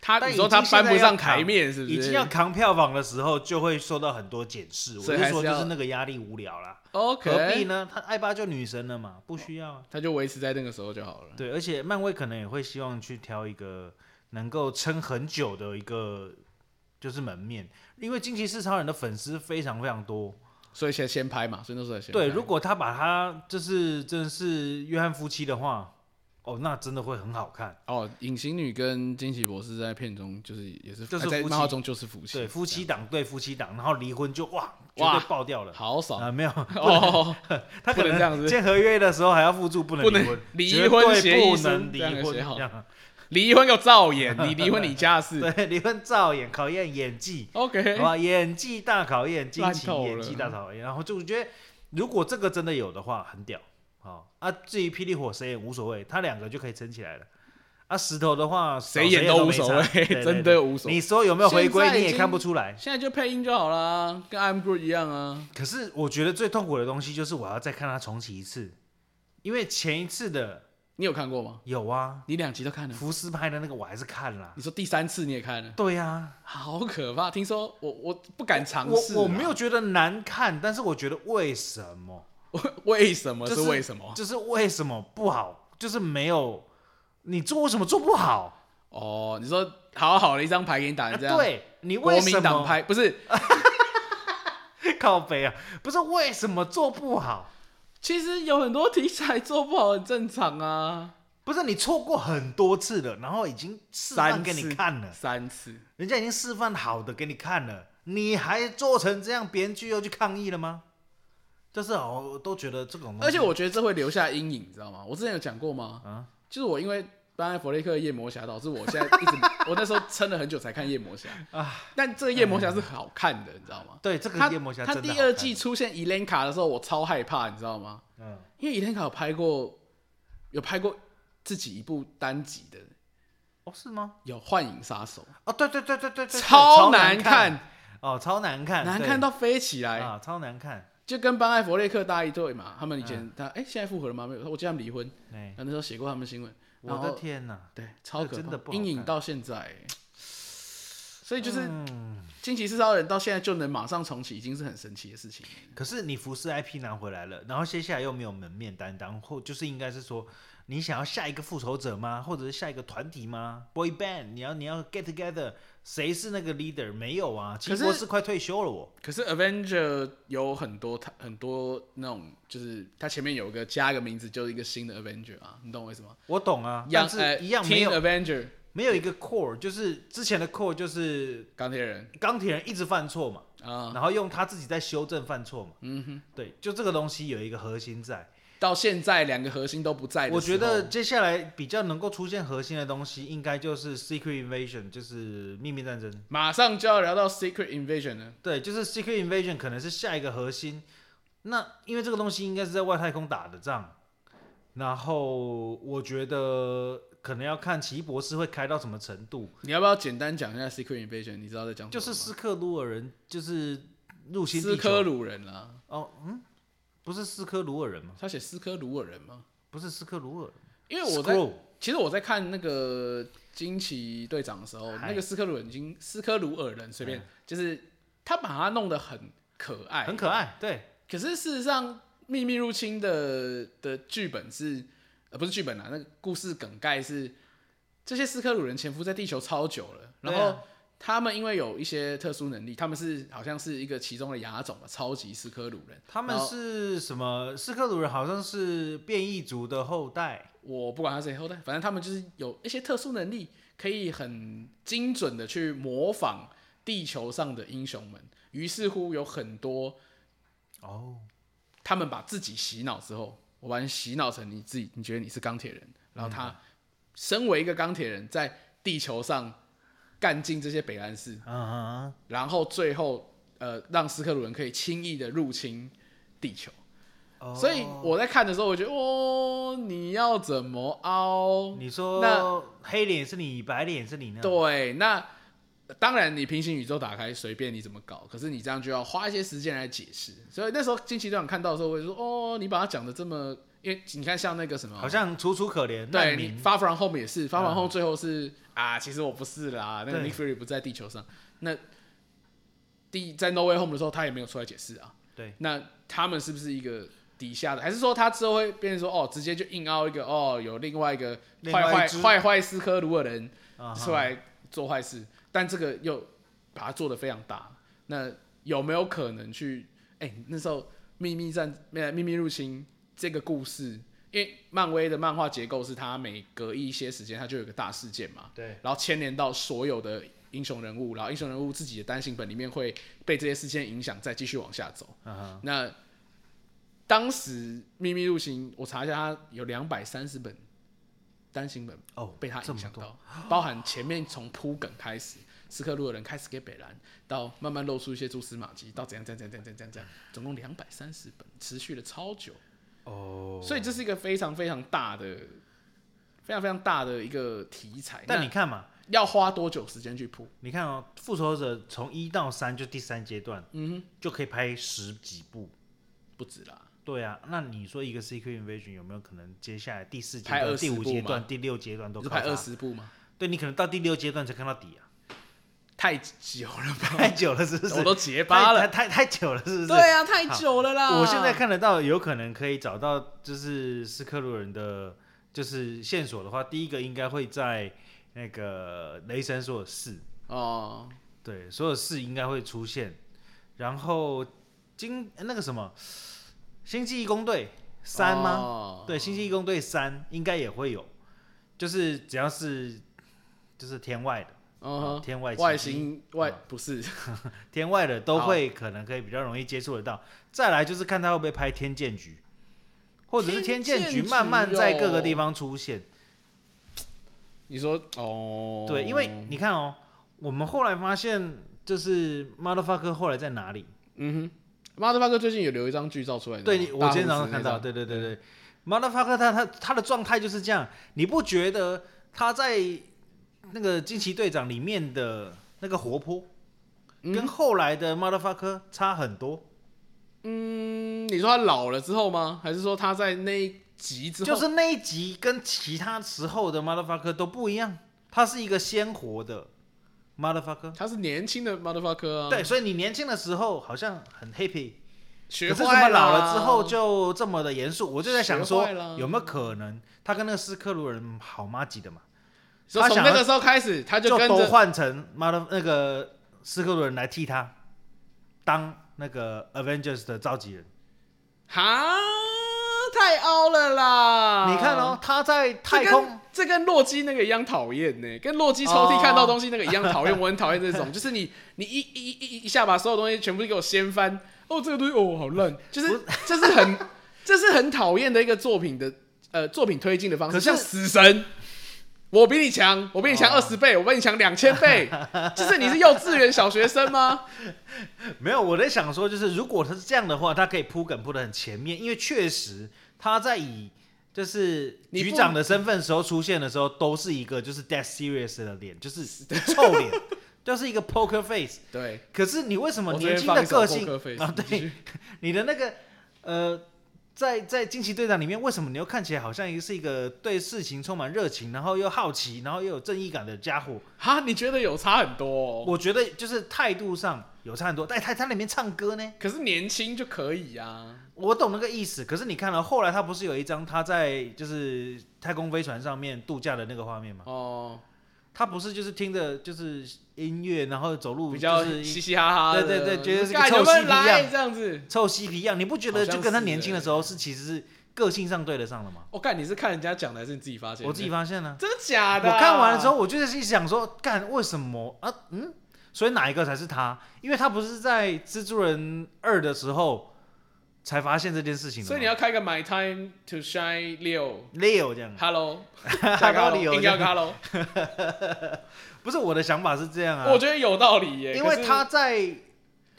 Speaker 1: 她
Speaker 2: 但
Speaker 1: 你说
Speaker 2: 已经
Speaker 1: 她
Speaker 2: 现
Speaker 1: 搬
Speaker 2: 在
Speaker 1: 不
Speaker 2: 要
Speaker 1: 上台
Speaker 2: 扛
Speaker 1: 面是不是？
Speaker 2: 已经要扛票房的时候，就会受到很多检视。我
Speaker 1: 所以
Speaker 2: 是
Speaker 1: 还是
Speaker 2: 说，
Speaker 1: 要
Speaker 2: 就是那个压力无聊啦。何必
Speaker 1: OK，
Speaker 2: 呢？他艾巴就女神了嘛，不需要啊。
Speaker 1: 她就维持在那个时候就好了。
Speaker 2: 对，而且漫威可能也会希望去挑一个能够撑很久的一个就是门面，因为惊奇四超人的粉丝非常非常多。
Speaker 1: 所以先先拍嘛，所以那时候才先
Speaker 2: 对，
Speaker 1: 拍
Speaker 2: 如果他把他就是真的是约翰夫妻的话，哦，那真的会很好看。
Speaker 1: 哦，隐形女跟惊奇博士在片中就是也是
Speaker 2: 就是
Speaker 1: 哎在
Speaker 2: 夫
Speaker 1: 漫画
Speaker 2: 妻
Speaker 1: 中就是夫妻，
Speaker 2: 对，夫妻档对夫妻档，然后离婚就哇，绝
Speaker 1: 哇
Speaker 2: 对爆掉了。
Speaker 1: 好爽
Speaker 2: 啊，没有，
Speaker 1: <laughs> 哦，
Speaker 2: <laughs> 他可
Speaker 1: 不能这样
Speaker 2: 能
Speaker 1: 子
Speaker 2: 签合约的时候还要附注不能
Speaker 1: 不
Speaker 2: 离
Speaker 1: 能
Speaker 2: 婚，
Speaker 1: 离
Speaker 2: 绝
Speaker 1: 婚
Speaker 2: 对
Speaker 1: 协议
Speaker 2: 不
Speaker 1: 书
Speaker 2: 能离
Speaker 1: 这样
Speaker 2: 婚，
Speaker 1: 写好
Speaker 2: 这样
Speaker 1: 离婚又造演，你离婚你家事。
Speaker 2: <laughs> 对，离婚照演考验演技，
Speaker 1: OK，
Speaker 2: 好啊吧，演技大考验，惊
Speaker 1: 哎烂
Speaker 2: 奇
Speaker 1: 透
Speaker 2: 演
Speaker 1: 了
Speaker 2: 技大考验，然后就我觉得如果这个真的有的话，很屌好啊。至于霹雳火谁也无所谓，他两个就可以撑起来了。啊，石头的话少
Speaker 1: 谁
Speaker 2: 谁
Speaker 1: 演都无
Speaker 2: 没
Speaker 1: 所
Speaker 2: 差
Speaker 1: 谓
Speaker 2: 对，对
Speaker 1: 真
Speaker 2: 对
Speaker 1: 的无所谓。
Speaker 2: 你说有没有回归
Speaker 1: 现，在已
Speaker 2: 你也
Speaker 1: 经
Speaker 2: 看不出来。
Speaker 1: 现在就配音就好啦，跟 I'm Groot 一样啊。
Speaker 2: 可是我觉得最痛苦的东西就是我要再看他重启一次，因为前一次的
Speaker 1: 你有看过吗？
Speaker 2: 有啊，
Speaker 1: 你两集都看了？
Speaker 2: 福斯拍的那个我还是看了。
Speaker 1: 你说第三次你也看了？
Speaker 2: 对呀、
Speaker 1: 好可怕！听说我我不敢尝
Speaker 2: 我
Speaker 1: 试啊
Speaker 2: 我没有觉得难看，但是我觉得为什么？
Speaker 1: <laughs> 为什么
Speaker 2: 就是
Speaker 1: 为什么？
Speaker 2: 就是为什么不好？就是没有你做为什么做不好？
Speaker 1: 哦，你说好好的一张牌给你打
Speaker 2: 啊、
Speaker 1: 成这样，，
Speaker 2: 对你为
Speaker 1: 国
Speaker 2: 什
Speaker 1: 民党
Speaker 2: 么
Speaker 1: 拍不是？
Speaker 2: <laughs> 靠背啊？不是为什么做不好？
Speaker 1: 其实有很多题材做不好很正常啊，
Speaker 2: 不是你错过很多次了，然后已经示范
Speaker 1: 三
Speaker 2: 给
Speaker 1: 次
Speaker 2: 你看了，
Speaker 1: 三次
Speaker 2: 人家已经示范好的给你看了，你还做成这样，编剧又去抗议了吗？就是哦，我都觉得这种东西，
Speaker 1: 而且我觉得这会留下阴影，你知道吗？我之前有讲过吗？
Speaker 2: 嗯
Speaker 1: 就是我因为班艾弗雷克的《夜魔侠》，导致我现在一直，
Speaker 2: <laughs>
Speaker 1: 我那时候撑了很久才看《夜魔侠》
Speaker 2: 啊。
Speaker 1: 但这个《夜魔侠》是好看的，你知道吗？
Speaker 2: 哎对这个
Speaker 1: 他
Speaker 2: 夜魔侠
Speaker 1: 他
Speaker 2: 真的
Speaker 1: 第
Speaker 2: 好
Speaker 1: 二
Speaker 2: 看
Speaker 1: 季，出现伊莲卡的时候，我超害怕，你知道吗？
Speaker 2: 嗯，
Speaker 1: 因为伊莲卡有拍过，有拍过自己一部单集的，
Speaker 2: 哦是吗？
Speaker 1: 有《幻影杀手
Speaker 2: 哦对对对对对对，》，
Speaker 1: 难
Speaker 2: 难，哦超难看，
Speaker 1: 难
Speaker 2: 对
Speaker 1: 看到飞起来，
Speaker 2: 啊超难看，
Speaker 1: 就跟班艾弗雷克搭一对嘛。他们以前他哎，现在复合了吗？没有，我记得他们离婚，
Speaker 2: 哎，
Speaker 1: 那时候写过他们新闻。
Speaker 2: 我
Speaker 1: 然
Speaker 2: 的
Speaker 1: 后
Speaker 2: 天哪！
Speaker 1: 对，超
Speaker 2: 那
Speaker 1: 可
Speaker 2: 真
Speaker 1: 怕
Speaker 2: 的，不好
Speaker 1: 阴影
Speaker 2: 看
Speaker 1: 到现在欸。所以就是
Speaker 2: 嗯，
Speaker 1: 惊奇四超人到现在就能马上重启，已经是很神奇的事情了。
Speaker 2: 可是你福斯 IP 拿回来了，然后接下来又没有门面担当，或就是应该是说，你想要下一个复仇者吗？或者是下一个团体吗？Boy band，你要你要 get together，谁是那个 leader？没有啊，
Speaker 1: 可
Speaker 2: 奇
Speaker 1: 是
Speaker 2: 博士快退休了我，
Speaker 1: 可是 Avenger 有很多，它很多那种，就是它前面有个加一个名字，就是一个新的 Avenger 啊，你懂我意思吗？
Speaker 2: 我懂啊，
Speaker 1: 样
Speaker 2: 但
Speaker 1: 呃
Speaker 2: 是一样没
Speaker 1: Team
Speaker 2: 有
Speaker 1: Avenger
Speaker 2: 没有一个 core，就是之前的 core 就是
Speaker 1: 钢铁人
Speaker 2: 钢铁人一直犯错嘛，
Speaker 1: 啊，
Speaker 2: 然后用他自己在修正犯错嘛，嗯哼，对，就这个东西有一个核心在。
Speaker 1: 到现在两个核心都不在的时候，
Speaker 2: 我觉得接下来比较能够出现核心的东西，应该就是 Secret Invasion，就是秘密战争。
Speaker 1: 马上就要聊到 Secret Invasion 了。
Speaker 2: 对，就是 Secret Invasion 可能是下一个核心。那因为这个东西应该是在外太空打的仗，然后我觉得可能要看奇异博士会开到什么程度。
Speaker 1: 你要不要简单讲一下 Secret Invasion？你知道在讲什么吗
Speaker 2: 就是斯克鲁尔人就是入侵
Speaker 1: 斯
Speaker 2: 地
Speaker 1: 科
Speaker 2: 球，哦嗯
Speaker 1: 鲁人啦，
Speaker 2: 不是斯科鲁尔人吗？
Speaker 1: 他写斯科鲁尔人吗？
Speaker 2: 不是斯克鲁尔，
Speaker 1: 因为我在
Speaker 2: Skrull
Speaker 1: 其实我在看那个惊奇队长的时候，
Speaker 2: 嗨
Speaker 1: 那个斯科鲁尔已经斯科鲁尔人随便就是他把它弄得很可爱，
Speaker 2: 很可爱，对，
Speaker 1: 可是事实上，《秘密入侵的》的剧本是，呃，不是剧本啦，那个故事梗概是，这些斯科鲁人潜伏在地球超久了，然
Speaker 2: 对
Speaker 1: 后
Speaker 2: 啊
Speaker 1: 他们因为有一些特殊能力，他们是好像是一个其中的亚种吧，超级斯科鲁人。
Speaker 2: 他们
Speaker 1: 然后
Speaker 2: 是什么？斯克鲁人好像是变异族的后代，
Speaker 1: 我不管他谁后代，反正他们就是有一些特殊能力，可以很精准的去模仿地球上的英雄们。于是乎，有很多
Speaker 2: 哦，
Speaker 1: 他们把自己洗脑之后，我把你洗脑成你自己，你觉得你是钢铁人，然后他身为一个钢铁人，在地球上干尽这些北兰事，
Speaker 2: 嗯哼，
Speaker 1: 然后最后呃让斯克鲁人可以轻易的入侵地球。
Speaker 2: 哦
Speaker 1: 所以我在看的时候，我觉得哦，你要怎么凹？
Speaker 2: 你说
Speaker 1: 那
Speaker 2: 黑脸是你，白脸是你呢？
Speaker 1: 对，那当然你平行宇宙打开随便你怎么搞，可是你这样就要花一些时间来解释。所以那时候惊奇队长看到的时候，我就说哦，你把它讲的这么，因为你看像那个什么，
Speaker 2: 好像楚楚可怜，
Speaker 1: 对
Speaker 2: 难
Speaker 1: 你
Speaker 2: 民
Speaker 1: 发 from home 也是发 from home 最后是、啊，其实我不是啦，那个
Speaker 2: 对
Speaker 1: Nick Fury 不在地球上。那第在 No Way Home 的时候，他也没有出来解释啊。
Speaker 2: 对，
Speaker 1: 那他们是不是一个底下的，还是说他之后会变成说哦，直接就硬凹一个哦，有另外一个
Speaker 2: 另
Speaker 1: 坏
Speaker 2: 外一
Speaker 1: 坏
Speaker 2: 只
Speaker 1: 坏坏斯科鲁尔人
Speaker 2: 啊
Speaker 1: 出来做坏事，但这个又把它做的非常大。那有没有可能去？哎、那时候秘密战、呃秘密入侵这个故事，因为漫威的漫画结构是它每隔一些时间它就有个大事件嘛，
Speaker 2: 对，
Speaker 1: 然后牵连到所有的英雄人物，然后英雄人物自己的单行本里面会被这些事件影响，再继续往下走。
Speaker 2: 嗯哼，
Speaker 1: 那当时《秘密入侵》，我查一下，它有两百三十本单行本
Speaker 2: 哦，
Speaker 1: 被他
Speaker 2: 这
Speaker 1: 影
Speaker 2: 么
Speaker 1: 响
Speaker 2: 多，
Speaker 1: 到，包含前面从铺梗开始，斯克路的人开始给北兰，到慢慢露出一些蛛丝马迹，到怎样怎样怎样怎样怎样怎样，总共两百三十本，持续了超久，
Speaker 2: 哦，
Speaker 1: 所以这是一个非常非常大的、非常非常大的一个题材。
Speaker 2: 但
Speaker 1: 哎那
Speaker 2: 你看嘛，
Speaker 1: 要花多久时间去铺？
Speaker 2: 你看哦，复仇者从一到三就第三阶段，嗯哼，就可以拍十几部。
Speaker 1: 不止啦，
Speaker 2: 对啊，那你说一个 Secret Invasion 有没有可能接下来第四阶
Speaker 1: 拍
Speaker 2: 段、
Speaker 1: 20
Speaker 2: 第五阶
Speaker 1: 部吗
Speaker 2: 段、第六阶段都
Speaker 1: 你是
Speaker 2: 靠
Speaker 1: 拍
Speaker 2: 它
Speaker 1: 二？十部吗？
Speaker 2: 对你可能到第六阶段才看到底啊，
Speaker 1: 太久了吧，
Speaker 2: <laughs> 太久了是不是？
Speaker 1: 我都结巴了。
Speaker 2: 太太太久了是不是？
Speaker 1: 对啊，太久了啦！
Speaker 2: 我现在看得到，有可能可以找到，就是斯克鲁人的，就是线索的话，第一个应该会在那个雷神所有四，
Speaker 1: 哦，
Speaker 2: 对，所有四应该会出现。然后今那个什么，星际义工队三吗？
Speaker 1: 哦
Speaker 2: 对，星际义工队三应该也会有，就是只要是就是天外的，
Speaker 1: 嗯哼，
Speaker 2: 天外嗯
Speaker 1: 外
Speaker 2: 奇迹
Speaker 1: 星外不是
Speaker 2: 天外的都
Speaker 1: 好
Speaker 2: 会可能可以比较容易接触得到。再来就是看他会不会拍天剑局，或者是
Speaker 1: 天
Speaker 2: 天剑
Speaker 1: 剑
Speaker 2: 局
Speaker 1: 局
Speaker 2: 慢慢在各个地
Speaker 1: 哦
Speaker 2: 方出现。
Speaker 1: 你说哦，
Speaker 2: 对，因为你看哦，我们后来发现就是 motherfucker 后来在哪里？
Speaker 1: 嗯哼，马德发哥最近有留一张剧照出来，
Speaker 2: 对，
Speaker 1: 你
Speaker 2: 你
Speaker 1: 知道
Speaker 2: 我
Speaker 1: 吗
Speaker 2: 今天早
Speaker 1: 大胡子
Speaker 2: 上看
Speaker 1: 那
Speaker 2: 到，
Speaker 1: 张
Speaker 2: 对对对对，motherfucker 他他他的状态就是这样，你不觉得他在那个惊奇队长里面的那个活泼，跟后来的 motherfucker 差很多？
Speaker 1: 嗯，你说他老了之后吗？还是说他在那一集之后？
Speaker 2: 就是那一集跟其他时候的 motherfucker 都不一样，他是一个鲜活的 motherfucker。
Speaker 1: 他是年轻的 motherfucker 啊，
Speaker 2: 对，，所以你年轻的时候好像很 happy，可
Speaker 1: 学
Speaker 2: 是
Speaker 1: 坏
Speaker 2: 怎
Speaker 1: 啦
Speaker 2: 么老了之后就这么的严肃？我就在想
Speaker 1: 学
Speaker 2: 说
Speaker 1: 坏啦，
Speaker 2: 有没有可能他跟那个斯克鲁人好妈几的嘛，
Speaker 1: 说
Speaker 2: 他
Speaker 1: 从
Speaker 2: 想
Speaker 1: 那
Speaker 2: 要
Speaker 1: 个时候开始，他
Speaker 2: 就
Speaker 1: 跟
Speaker 2: 都
Speaker 1: 着
Speaker 2: 换成妈的那个斯克鲁人来替他当那个 Avengers 的召集人。
Speaker 1: 哈，太凹了啦！
Speaker 2: 你看哦，，他在太
Speaker 1: 这啊跟
Speaker 2: 空，
Speaker 1: 这跟洛基那个一样讨厌呢，跟洛基抽屉
Speaker 2: 哦
Speaker 1: 看到东西那个一样讨厌。我很讨厌这种， <laughs> 就是你你一一一一一下把所有东西全部给我掀翻，哦，这个东西哦好烂，就是就是很 <laughs> 这是很讨厌的一个作品的呃作品推进的方式。
Speaker 2: 可是哦
Speaker 1: 像死神，我比你强，我比你强二十倍，我比你强两千
Speaker 2: <laughs>
Speaker 1: 倍，就是你是幼稚园小学生吗？
Speaker 2: 没有，我在想说，就是如果他是这样的话，他可以铺梗铺的很前面，因为确实他在以就是
Speaker 1: 你不
Speaker 2: 局长的身份时候出现的时候，都是一个就是 dead serious 的脸，就是
Speaker 1: <laughs>
Speaker 2: 臭脸，就是一个 poker face。
Speaker 1: 对，
Speaker 2: 可是你为什么
Speaker 1: <laughs> 我这
Speaker 2: 年
Speaker 1: 边
Speaker 2: 轻
Speaker 1: 放
Speaker 2: 的
Speaker 1: 一首
Speaker 2: 个
Speaker 1: p
Speaker 2: 性
Speaker 1: o k
Speaker 2: 啊？
Speaker 1: 继
Speaker 2: 对
Speaker 1: 续，
Speaker 2: 你的那个呃，在在惊奇队长里面，为什么你又看起来好像一个是一个对事情充满热情，然后又好奇，然后又有正义感的家伙？
Speaker 1: 哈，你觉得有差很多、哦，
Speaker 2: 我觉得就是态度上有差很多。但他他里面唱歌呢，
Speaker 1: 可是年轻就可以啊。
Speaker 2: 我懂那个意思。可是你看了、后来他不是有一张他在就是太空飞船上面度假的那个画面吗？
Speaker 1: 哦，
Speaker 2: 他不是就是听着就是音乐，然后走路、就是、
Speaker 1: 比较嘻嘻哈哈的，
Speaker 2: 对对对觉得是个
Speaker 1: 干
Speaker 2: 臭
Speaker 1: 有没有
Speaker 2: 嬉皮
Speaker 1: 来
Speaker 2: 样
Speaker 1: 这样子？
Speaker 2: 臭嬉皮一样，你不觉得
Speaker 1: 好像
Speaker 2: 就跟他
Speaker 1: 是
Speaker 2: 年轻的
Speaker 1: 欸
Speaker 2: 时候是其实是个性上对得上了吗？
Speaker 1: 我、哦看你是看人家讲的，还是你自己发现的？
Speaker 2: 我自己发现了、
Speaker 1: 真的假的啊、
Speaker 2: 我看完了之后，我就是一直想说，干为什么啊？嗯，所以哪一个才是他？因为他不是在《蜘蛛人二》的时候才发现这件事情的吗，
Speaker 1: 所以你要开个 My Time to Shine 六
Speaker 2: Leo
Speaker 1: <laughs>
Speaker 2: 这样。 <laughs>
Speaker 1: ，Hello，加个
Speaker 2: 道
Speaker 1: Hello，
Speaker 2: 理有
Speaker 1: 硬要个 Hello，
Speaker 2: <laughs> 不是我的想法是这样啊，
Speaker 1: 我觉得有道理耶，
Speaker 2: 因
Speaker 1: 可
Speaker 2: 为
Speaker 1: 是
Speaker 2: 他在英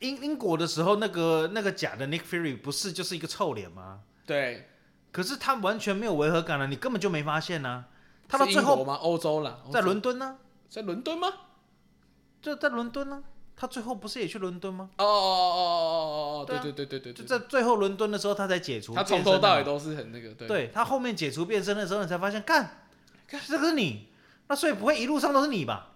Speaker 2: 英国的时候，那个那个假的 Nick Fury 不是就是一个臭脸吗？
Speaker 1: 对
Speaker 2: 可是他完全没有违和感了，你根本就没发现呢、他到
Speaker 1: 是
Speaker 2: 最
Speaker 1: 英国
Speaker 2: 后
Speaker 1: 吗？哦欧洲啦，欧洲
Speaker 2: 在伦敦呢、
Speaker 1: 在伦敦吗？
Speaker 2: 就在伦敦呢、啊他最后不是也去伦敦吗？
Speaker 1: 哦哦哦哦哦哦哦，
Speaker 2: 对
Speaker 1: 对
Speaker 2: 啊
Speaker 1: 对对对对，
Speaker 2: 就
Speaker 1: 对
Speaker 2: 在最后伦敦的时候，他才解除
Speaker 1: 他
Speaker 2: 变身
Speaker 1: 从
Speaker 2: 啊。
Speaker 1: 头到尾都是很那个，对
Speaker 2: 对他后面解除变身的时候，你才发现，干，这个是你，那所以不会一路上都是你吧？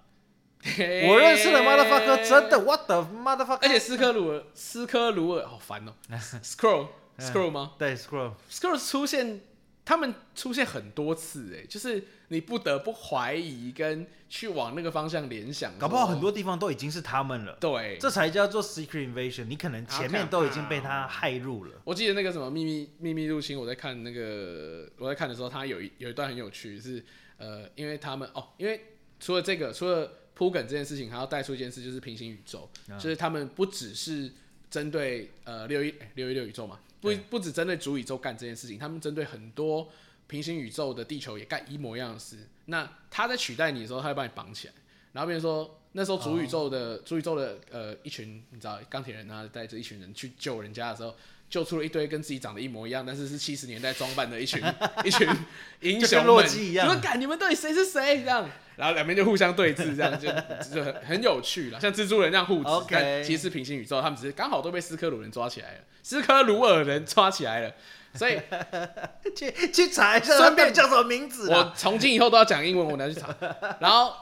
Speaker 1: 对
Speaker 2: 我认识的 motherfucker 真的，，what the motherfucker，
Speaker 1: 哎而且斯科鲁尔，斯科鲁尔好
Speaker 2: <laughs>
Speaker 1: 烦哦，Scroll Scroll 吗
Speaker 2: 对 scroll，
Speaker 1: ？Scroll 出现。他们出现很多次、哎，就是你不得不怀疑跟去往那个方向联想，
Speaker 2: 搞不好很多地方都已经是他们了，
Speaker 1: 对，
Speaker 2: 这才叫做 secret invasion。你可能前面都已经被
Speaker 1: 啊
Speaker 2: 他害入了， <laughs>
Speaker 1: 我记得那个什么秘密秘密入侵，我在看那个我在看的时候，他有一有一段很有趣，是呃，因为他们哦，因为除了这个，除了铺梗这件事情，还要带出一件事，就是平行宇宙，
Speaker 2: 啊
Speaker 1: 就是他们不只是针对呃六一哎六一六宇宙嘛，不不只针对主宇宙干这件事情，他们针对很多平行宇宙的地球也干一模一样的事。那他在取代你的时候，他会把你绑起来，然后变成说。那时候主宇
Speaker 2: 哦
Speaker 1: 宙的、主宇宙的呃一群你知道钢铁人啊，带着一群人去救人家的时候，救出了一堆跟自己长得一模一样，但是是七十年代装扮的一群 <laughs> 一群英
Speaker 2: 就
Speaker 1: 雄们，
Speaker 2: 跟洛基一样
Speaker 1: 就说 <laughs> 干你们到底谁是谁这样，然后两边就互相对峙，这样就就很很有趣了，像蜘蛛人那样互指
Speaker 2: OK
Speaker 1: 但其实是平行宇宙，他们只是刚好都被斯科鲁人抓起来了，斯科鲁尔人抓起来了，所 <laughs> 以
Speaker 2: 去去查一下
Speaker 1: 顺
Speaker 2: 他
Speaker 1: 便
Speaker 2: 到底叫什么名字啊？
Speaker 1: 我从今以后都要讲英文，我拿去 <laughs> 查，然后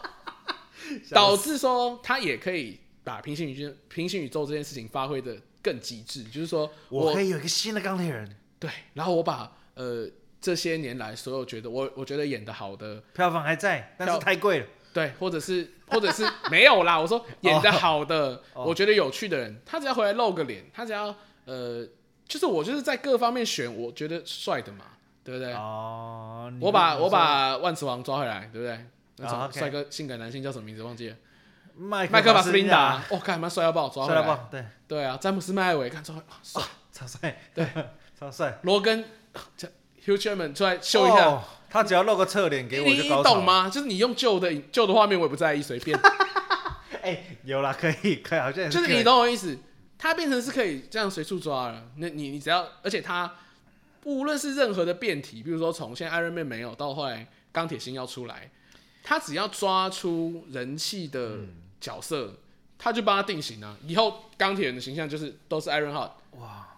Speaker 1: 导致说他也可以把平行宇宙平行宇宙这件事情发挥的更极致，就是说
Speaker 2: 我可以有一个新的钢铁人，
Speaker 1: 对，然后我把呃这些年来所有觉得我我觉得演的好的，
Speaker 2: 票房还在，但是
Speaker 1: 票
Speaker 2: 太贵了。
Speaker 1: 对，或者是或者是没有啦，我说演的好的，
Speaker 2: 哦
Speaker 1: 我觉得有趣的人，他只要回来露个脸，他只要呃，就是我就是在各方面选我觉得帅的嘛，对不对？
Speaker 2: 哦，你
Speaker 1: 我把
Speaker 2: 们
Speaker 1: 我把万磁王抓回来，对不对？那
Speaker 2: 啊
Speaker 1: 种
Speaker 2: ，OK
Speaker 1: 帅哥、性感男性叫什么名字？忘记了。
Speaker 2: 麦
Speaker 1: 麦克法斯
Speaker 2: 宾
Speaker 1: 宾达，我看蛮帅到爆，抓
Speaker 2: 帅
Speaker 1: 回来。
Speaker 2: 到爆，对，
Speaker 1: 对啊，詹姆斯麦维，看抓回来，啊帅。
Speaker 2: 超帅，对， <laughs> 超帅。
Speaker 1: 罗根，啊这 Hugh Jackman 出来秀一下，
Speaker 2: 哦，他只要露个侧脸给我
Speaker 1: 你
Speaker 2: 就
Speaker 1: 你
Speaker 2: 高潮
Speaker 1: 懂？吗？就是你用旧的旧的画面，我也不在意，随便。
Speaker 2: 哎，有啦，可以，可以，好像也
Speaker 1: 就是
Speaker 2: 可以
Speaker 1: 你懂我意思，它变成是可以这样随处抓了。那你你只要，而且它无论是任何的变体，比如说从现在 Iron Man 没有到后来钢铁心要出来，他只要抓出人气的角色，他就帮他定型啊。以后钢铁人的形象就是都是 Iron Heart，
Speaker 2: 哇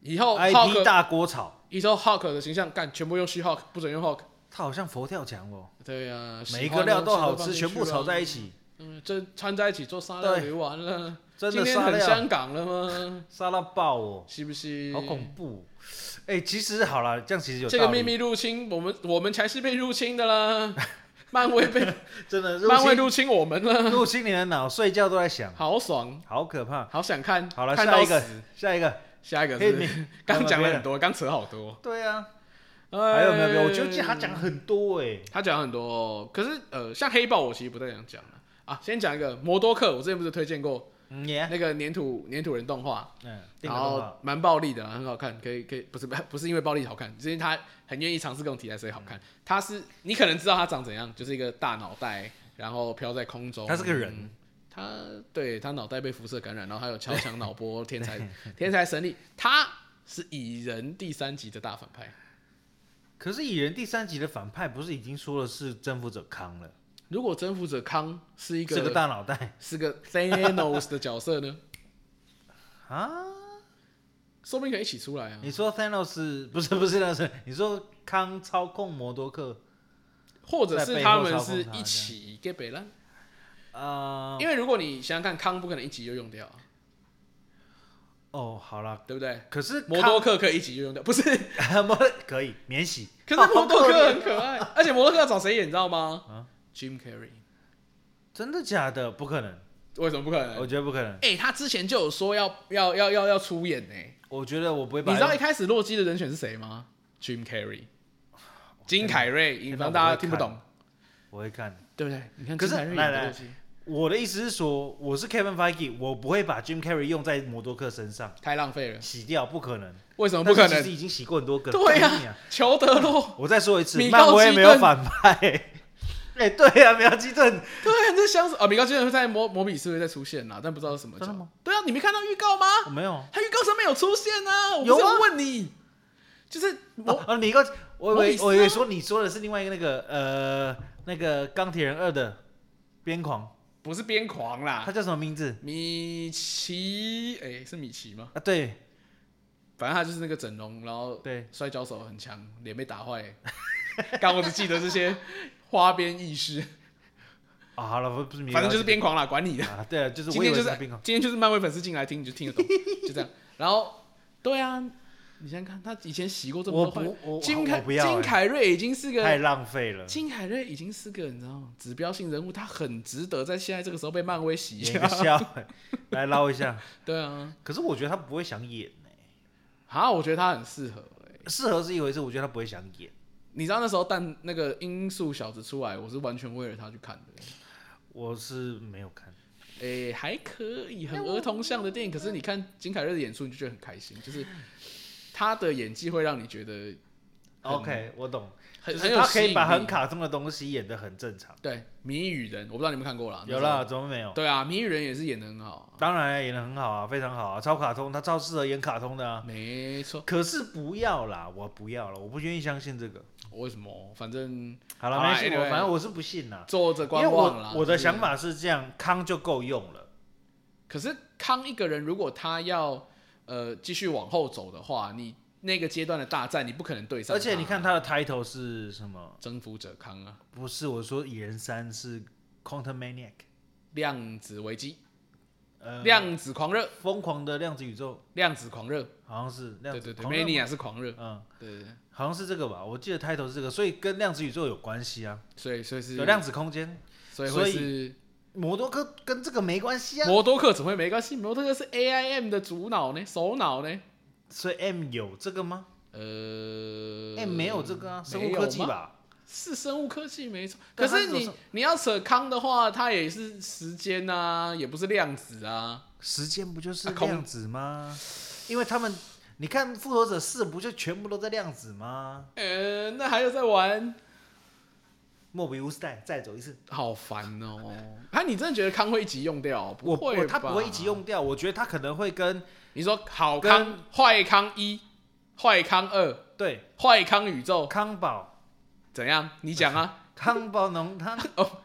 Speaker 1: 以后
Speaker 2: IP
Speaker 1: Hulk，
Speaker 2: 大锅炒，
Speaker 1: 以后 Hulk 的形象干全部用 She Hulk，不准用 Hulk。
Speaker 2: 他好像佛跳墙哦，
Speaker 1: 对啊，
Speaker 2: 每
Speaker 1: 喜
Speaker 2: 一
Speaker 1: 欢的
Speaker 2: 个料都
Speaker 1: 东西
Speaker 2: 好
Speaker 1: 放
Speaker 2: 吃，
Speaker 1: 进
Speaker 2: 全部
Speaker 1: 去
Speaker 2: 炒
Speaker 1: 啊
Speaker 2: 在一起，
Speaker 1: 嗯，这掺在一起做沙拉
Speaker 2: 对
Speaker 1: 鱼完了，
Speaker 2: 真
Speaker 1: 今
Speaker 2: 的
Speaker 1: 天
Speaker 2: 沙
Speaker 1: 很
Speaker 2: 料
Speaker 1: 香港了吗？
Speaker 2: 沙拉爆哦，
Speaker 1: 是不是？
Speaker 2: 好恐怖。哎，其实好了，这样其实有
Speaker 1: 这个
Speaker 2: 道理
Speaker 1: 秘密入侵，我们我们才是被入侵的
Speaker 2: <laughs>
Speaker 1: 啦，漫威被
Speaker 2: 真的入
Speaker 1: 漫威
Speaker 2: 侵
Speaker 1: 入侵我们了，
Speaker 2: 入侵你的脑，睡觉都在想，
Speaker 1: 好爽，
Speaker 2: 好可怕。
Speaker 1: 好想看。
Speaker 2: 好了，
Speaker 1: 看到
Speaker 2: 下一个
Speaker 1: 死，
Speaker 2: 下一个，
Speaker 1: 下一个是不
Speaker 2: 黑
Speaker 1: 是刚讲了很多，刚扯好多。
Speaker 2: 对啊，
Speaker 1: 还
Speaker 2: 还有没有？没有，我觉得他讲很多哎，
Speaker 1: 他讲很多，可是呃，像黑豹我其实不太想讲了啊。先讲一个摩多克，我之前不是推荐过
Speaker 2: 嗯耶，
Speaker 1: 那个粘土粘土人动画，
Speaker 2: 嗯，定
Speaker 1: 然
Speaker 2: 格动画
Speaker 1: 后蛮暴力的，啊很好看，可以可以，不是不是不是因为暴力好看，是因为他很愿意尝试各种题材，所以好看。他是你可能知道他长怎样，就是一个大脑袋，然后飘在空中。
Speaker 2: 他是个人
Speaker 1: 嗯，他对他脑袋被辐射感染，然后还有超强脑波、天
Speaker 2: <laughs>
Speaker 1: 才天才神力，他是蚁人第三集的大反派。
Speaker 2: 可是蚁人第三集的反派不是已经说了是征服者康了，
Speaker 1: 如果征服者康是一
Speaker 2: 是个
Speaker 1: 个
Speaker 2: 大脑袋
Speaker 1: 是个 Thanos 的角色呢， <laughs>
Speaker 2: 啊？
Speaker 1: 说不定可以一起出来啊。
Speaker 2: 你说 Thanos 不是不是 Thanos，你说康操控摩多克？
Speaker 1: 或者是
Speaker 2: 在背后
Speaker 1: 他们
Speaker 2: 操控
Speaker 1: 是
Speaker 2: 他这
Speaker 1: 一
Speaker 2: 样
Speaker 1: 起 get 北兰，
Speaker 2: 啊、
Speaker 1: 因为如果你想想看，康不可能一集就用掉啊，
Speaker 2: 哦，好啦，
Speaker 1: 对不对？
Speaker 2: 可是
Speaker 1: 摩
Speaker 2: 康
Speaker 1: 多克可以一起就用掉，
Speaker 2: <laughs>
Speaker 1: 不是？可
Speaker 2: 摩多 <laughs> 可以免洗，
Speaker 1: 是摩多
Speaker 2: 啊
Speaker 1: 克很可爱，而且摩多克要找谁演，你知道吗、j i m Carrey，
Speaker 2: 真的假的？不可能，
Speaker 1: 为什么不可能？
Speaker 2: 我觉得不可能，
Speaker 1: 哎、他之前就有说要要要要要出演呢、
Speaker 2: 我觉得我不会把
Speaker 1: 你知道一开始洛基的人选是谁吗？Jim Carrey，金凯瑞，以防
Speaker 2: 天哪
Speaker 1: 大
Speaker 2: 哦
Speaker 1: 家
Speaker 2: 我会
Speaker 1: 听不懂，
Speaker 2: 我会看。
Speaker 1: 对不对？你看
Speaker 2: 可
Speaker 1: 金
Speaker 2: 是
Speaker 1: 凯瑞演
Speaker 2: 来
Speaker 1: 的
Speaker 2: 来
Speaker 1: 洛基，
Speaker 2: 我的意思是说，我是 Kevin Feige，我不会把 Jim Carrey 用在摩多克身上，
Speaker 1: 太浪费了，
Speaker 2: 洗掉哦不可能，
Speaker 1: 为什么不可
Speaker 2: 但是其
Speaker 1: 能？
Speaker 2: 实已经洗过很多个，
Speaker 1: 对
Speaker 2: 干你
Speaker 1: 呀、
Speaker 2: 啊
Speaker 1: 裘德洛， <laughs>
Speaker 2: 我再说一次
Speaker 1: 米，高
Speaker 2: 漫威
Speaker 1: 基
Speaker 2: 没有
Speaker 1: 顿
Speaker 2: 反派。 <laughs> 哎、对啊，苗基顿
Speaker 1: 对啊，这相似啊，米高基顿会在摩摩比斯会再出现啦，但不知道是什么角。
Speaker 2: 真的吗？
Speaker 1: 对啊，你没看到预告吗？
Speaker 2: 我没有啊，
Speaker 1: 他预告上面有出现啊，哦我不
Speaker 2: 有
Speaker 1: 是
Speaker 2: 啊
Speaker 1: 要问你，就是我
Speaker 2: 啊米高，我以
Speaker 1: 摩比
Speaker 2: 为
Speaker 1: 斯啊
Speaker 2: 我以为说你说的是另外一个那个呃那个钢铁人二的边狂，
Speaker 1: 不是边狂
Speaker 2: 他
Speaker 1: 啦，
Speaker 2: 叫什么名字
Speaker 1: 米奇，哎、是米奇吗？
Speaker 2: 啊？对
Speaker 1: 反正他就是那个整容，然后
Speaker 2: 对，
Speaker 1: 摔跤手很强，脸被打坏。 <laughs> 刚我只记得这些花边意 <laughs> 识，
Speaker 2: 啊好了，不不是米高基顿，
Speaker 1: 反正就是边狂啦，管你的。
Speaker 2: 啊，对啊，就是
Speaker 1: 今
Speaker 2: 我以
Speaker 1: 天
Speaker 2: 为
Speaker 1: 就是是
Speaker 2: 边狂，
Speaker 1: 今天就是漫威粉丝进来听，你就听得懂，就这样。然 <laughs> 后，对啊，你想想看，他以前洗过这么
Speaker 2: 我
Speaker 1: 多坏
Speaker 2: 不我
Speaker 1: 金
Speaker 2: 我
Speaker 1: 凯
Speaker 2: 不要、
Speaker 1: 金凯瑞已经是
Speaker 2: 欸太
Speaker 1: 个
Speaker 2: 浪费了，
Speaker 1: 金凯瑞已经是个你知道吗指标性人物，他很值得在现在这个时候被漫威洗一
Speaker 2: 演个
Speaker 1: 下。
Speaker 2: 笑、欸，来捞一下。
Speaker 1: <laughs> 对啊，
Speaker 2: 可是我觉得他不会想演呢、
Speaker 1: 啊，我觉得他很适合、欸。
Speaker 2: 适合是一回事，我觉得他不会想演。
Speaker 1: 你知道那时候但那个音速小子出来，我是完全为了他去看的。
Speaker 2: 我是没有看，
Speaker 1: 诶、还可以，很儿童向的电影。可是你看金凯瑞的演出，你就觉得很开心，就是他的演技会让你觉得很
Speaker 2: OK，我懂，
Speaker 1: 很
Speaker 2: 就
Speaker 1: 很
Speaker 2: 是
Speaker 1: 有
Speaker 2: 他可
Speaker 1: 吸
Speaker 2: 以
Speaker 1: 引
Speaker 2: 把
Speaker 1: 力
Speaker 2: 很卡通的东西演得很正常。
Speaker 1: 对《谜语人》，我不知道你们看过啦，
Speaker 2: 有
Speaker 1: 了。
Speaker 2: 啦，怎么没有？
Speaker 1: 对啊，《谜语人》也是演的很好
Speaker 2: 当然演得很好啊，非常好啊，超卡通，他超适合演卡通的
Speaker 1: 啊，
Speaker 2: 啊。
Speaker 1: 没错。
Speaker 2: 可是不要啦，我不要了，我不愿意相信这个。
Speaker 1: 为什么？反正
Speaker 2: 好了，
Speaker 1: 好啦
Speaker 2: 没事，我
Speaker 1: anyway
Speaker 2: 反正我是不信啦，
Speaker 1: 坐着
Speaker 2: 因为
Speaker 1: 观望啦
Speaker 2: 我。我的
Speaker 1: 就是
Speaker 2: 想，法是这样，康就够用了。
Speaker 1: 可是康一个人如果他要呃继续往后走的话，你那个阶段的大战你不可能对上。
Speaker 2: 而且你看，他的 title 是什么？
Speaker 1: 征服者康啊，
Speaker 2: 不是我说《蚁人三》是 Quantum Maniac，
Speaker 1: 量子危机、
Speaker 2: 呃，
Speaker 1: 量子狂热、
Speaker 2: 疯狂的量子宇宙，
Speaker 1: 量子狂热，
Speaker 2: 好像是量
Speaker 1: 对
Speaker 2: 子
Speaker 1: 对对
Speaker 2: 狂热吗
Speaker 1: ，Mania 是狂热，
Speaker 2: 嗯，
Speaker 1: 对对对，
Speaker 2: 好像是这个吧，我记得 title 是这个，所以跟量子宇宙有关系啊，
Speaker 1: 所以所以是
Speaker 2: 有，量子空间。
Speaker 1: 所以
Speaker 2: 所
Speaker 1: 会
Speaker 2: 以
Speaker 1: 是
Speaker 2: 摩多克跟这个没关系啊，
Speaker 1: 摩多克怎么会没关系？摩多克是 AIM 的主脑呢，首脑呢。
Speaker 2: 所以 M 有这个吗？
Speaker 1: 呃
Speaker 2: M 没有这个啊，生
Speaker 1: 没
Speaker 2: 物
Speaker 1: 有
Speaker 2: 科技
Speaker 1: 吗
Speaker 2: 吧？
Speaker 1: 是生物科技没错。可
Speaker 2: 但它
Speaker 1: 是
Speaker 2: 是
Speaker 1: 你
Speaker 2: 走上
Speaker 1: 你要扯康的话，它也是时间啊，也不是量子啊。
Speaker 2: 时间不就是
Speaker 1: 啊空
Speaker 2: 量子吗？因为他们，你看《复仇者四》不就全部都在量子吗？
Speaker 1: 呃，那还有在玩，
Speaker 2: 莫比乌斯带再走一次，
Speaker 1: 好烦哦、啊，你真的觉得康会一集用掉？不
Speaker 2: 我
Speaker 1: 会
Speaker 2: 我
Speaker 1: 吧，
Speaker 2: 他不会一起用掉，我觉得他可能会跟
Speaker 1: 你说好
Speaker 2: 跟
Speaker 1: 康、坏康一、坏康二、
Speaker 2: 对
Speaker 1: 坏康宇宙
Speaker 2: 康宝
Speaker 1: 怎样？你讲
Speaker 2: <laughs>
Speaker 1: 啊。
Speaker 2: 康宝浓汤
Speaker 1: <laughs> 哦，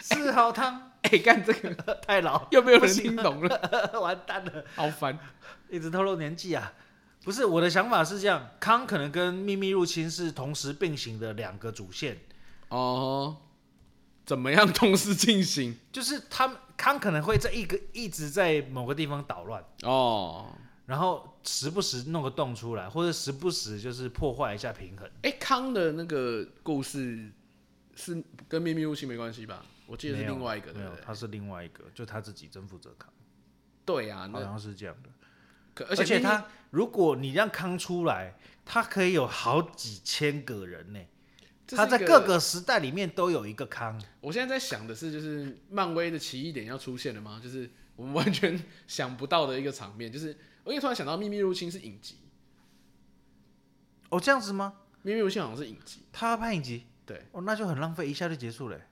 Speaker 2: 四号汤
Speaker 1: 哎、干这个
Speaker 2: 太老
Speaker 1: 又没有人听懂
Speaker 2: <laughs>
Speaker 1: 了，
Speaker 2: 完蛋了，
Speaker 1: 好烦。
Speaker 2: 一直透露年纪啊。不是我的想法是这样，康可能跟秘密入侵是同时并行的两个主线，
Speaker 1: 哦、怎么样同时进行？
Speaker 2: 就是他们康可能会在一个一直在某个地方捣乱，
Speaker 1: 哦，
Speaker 2: 然后时不时弄个洞出来，或者时不时就是破坏一下平衡。
Speaker 1: 哎、康的那个故事是跟秘密入侵没关系吧？我记得是
Speaker 2: 没有
Speaker 1: 另外一个，
Speaker 2: 没
Speaker 1: 对
Speaker 2: 有
Speaker 1: 不，对？
Speaker 2: 他是另外一个，就他自己征服者康，
Speaker 1: 对啊，
Speaker 2: 好
Speaker 1: 那
Speaker 2: 像是这样的。
Speaker 1: 可
Speaker 2: 而
Speaker 1: 且秘密
Speaker 2: 他如果你让康出来，他可以有好几千个人呢、
Speaker 1: 这是
Speaker 2: 他在
Speaker 1: 一
Speaker 2: 各，个时代里面都有一个康，
Speaker 1: 我现在在想的是，就是漫威的奇异点要出现了吗？就是我们完全想不到的一个场面，就是我因为突然想到《秘密入侵》是影集，
Speaker 2: 哦，这样子吗？
Speaker 1: 《秘密入侵》好像是影集，
Speaker 2: 他拍影集，
Speaker 1: 对，
Speaker 2: 哦，那就很浪费，一下就结束了欸。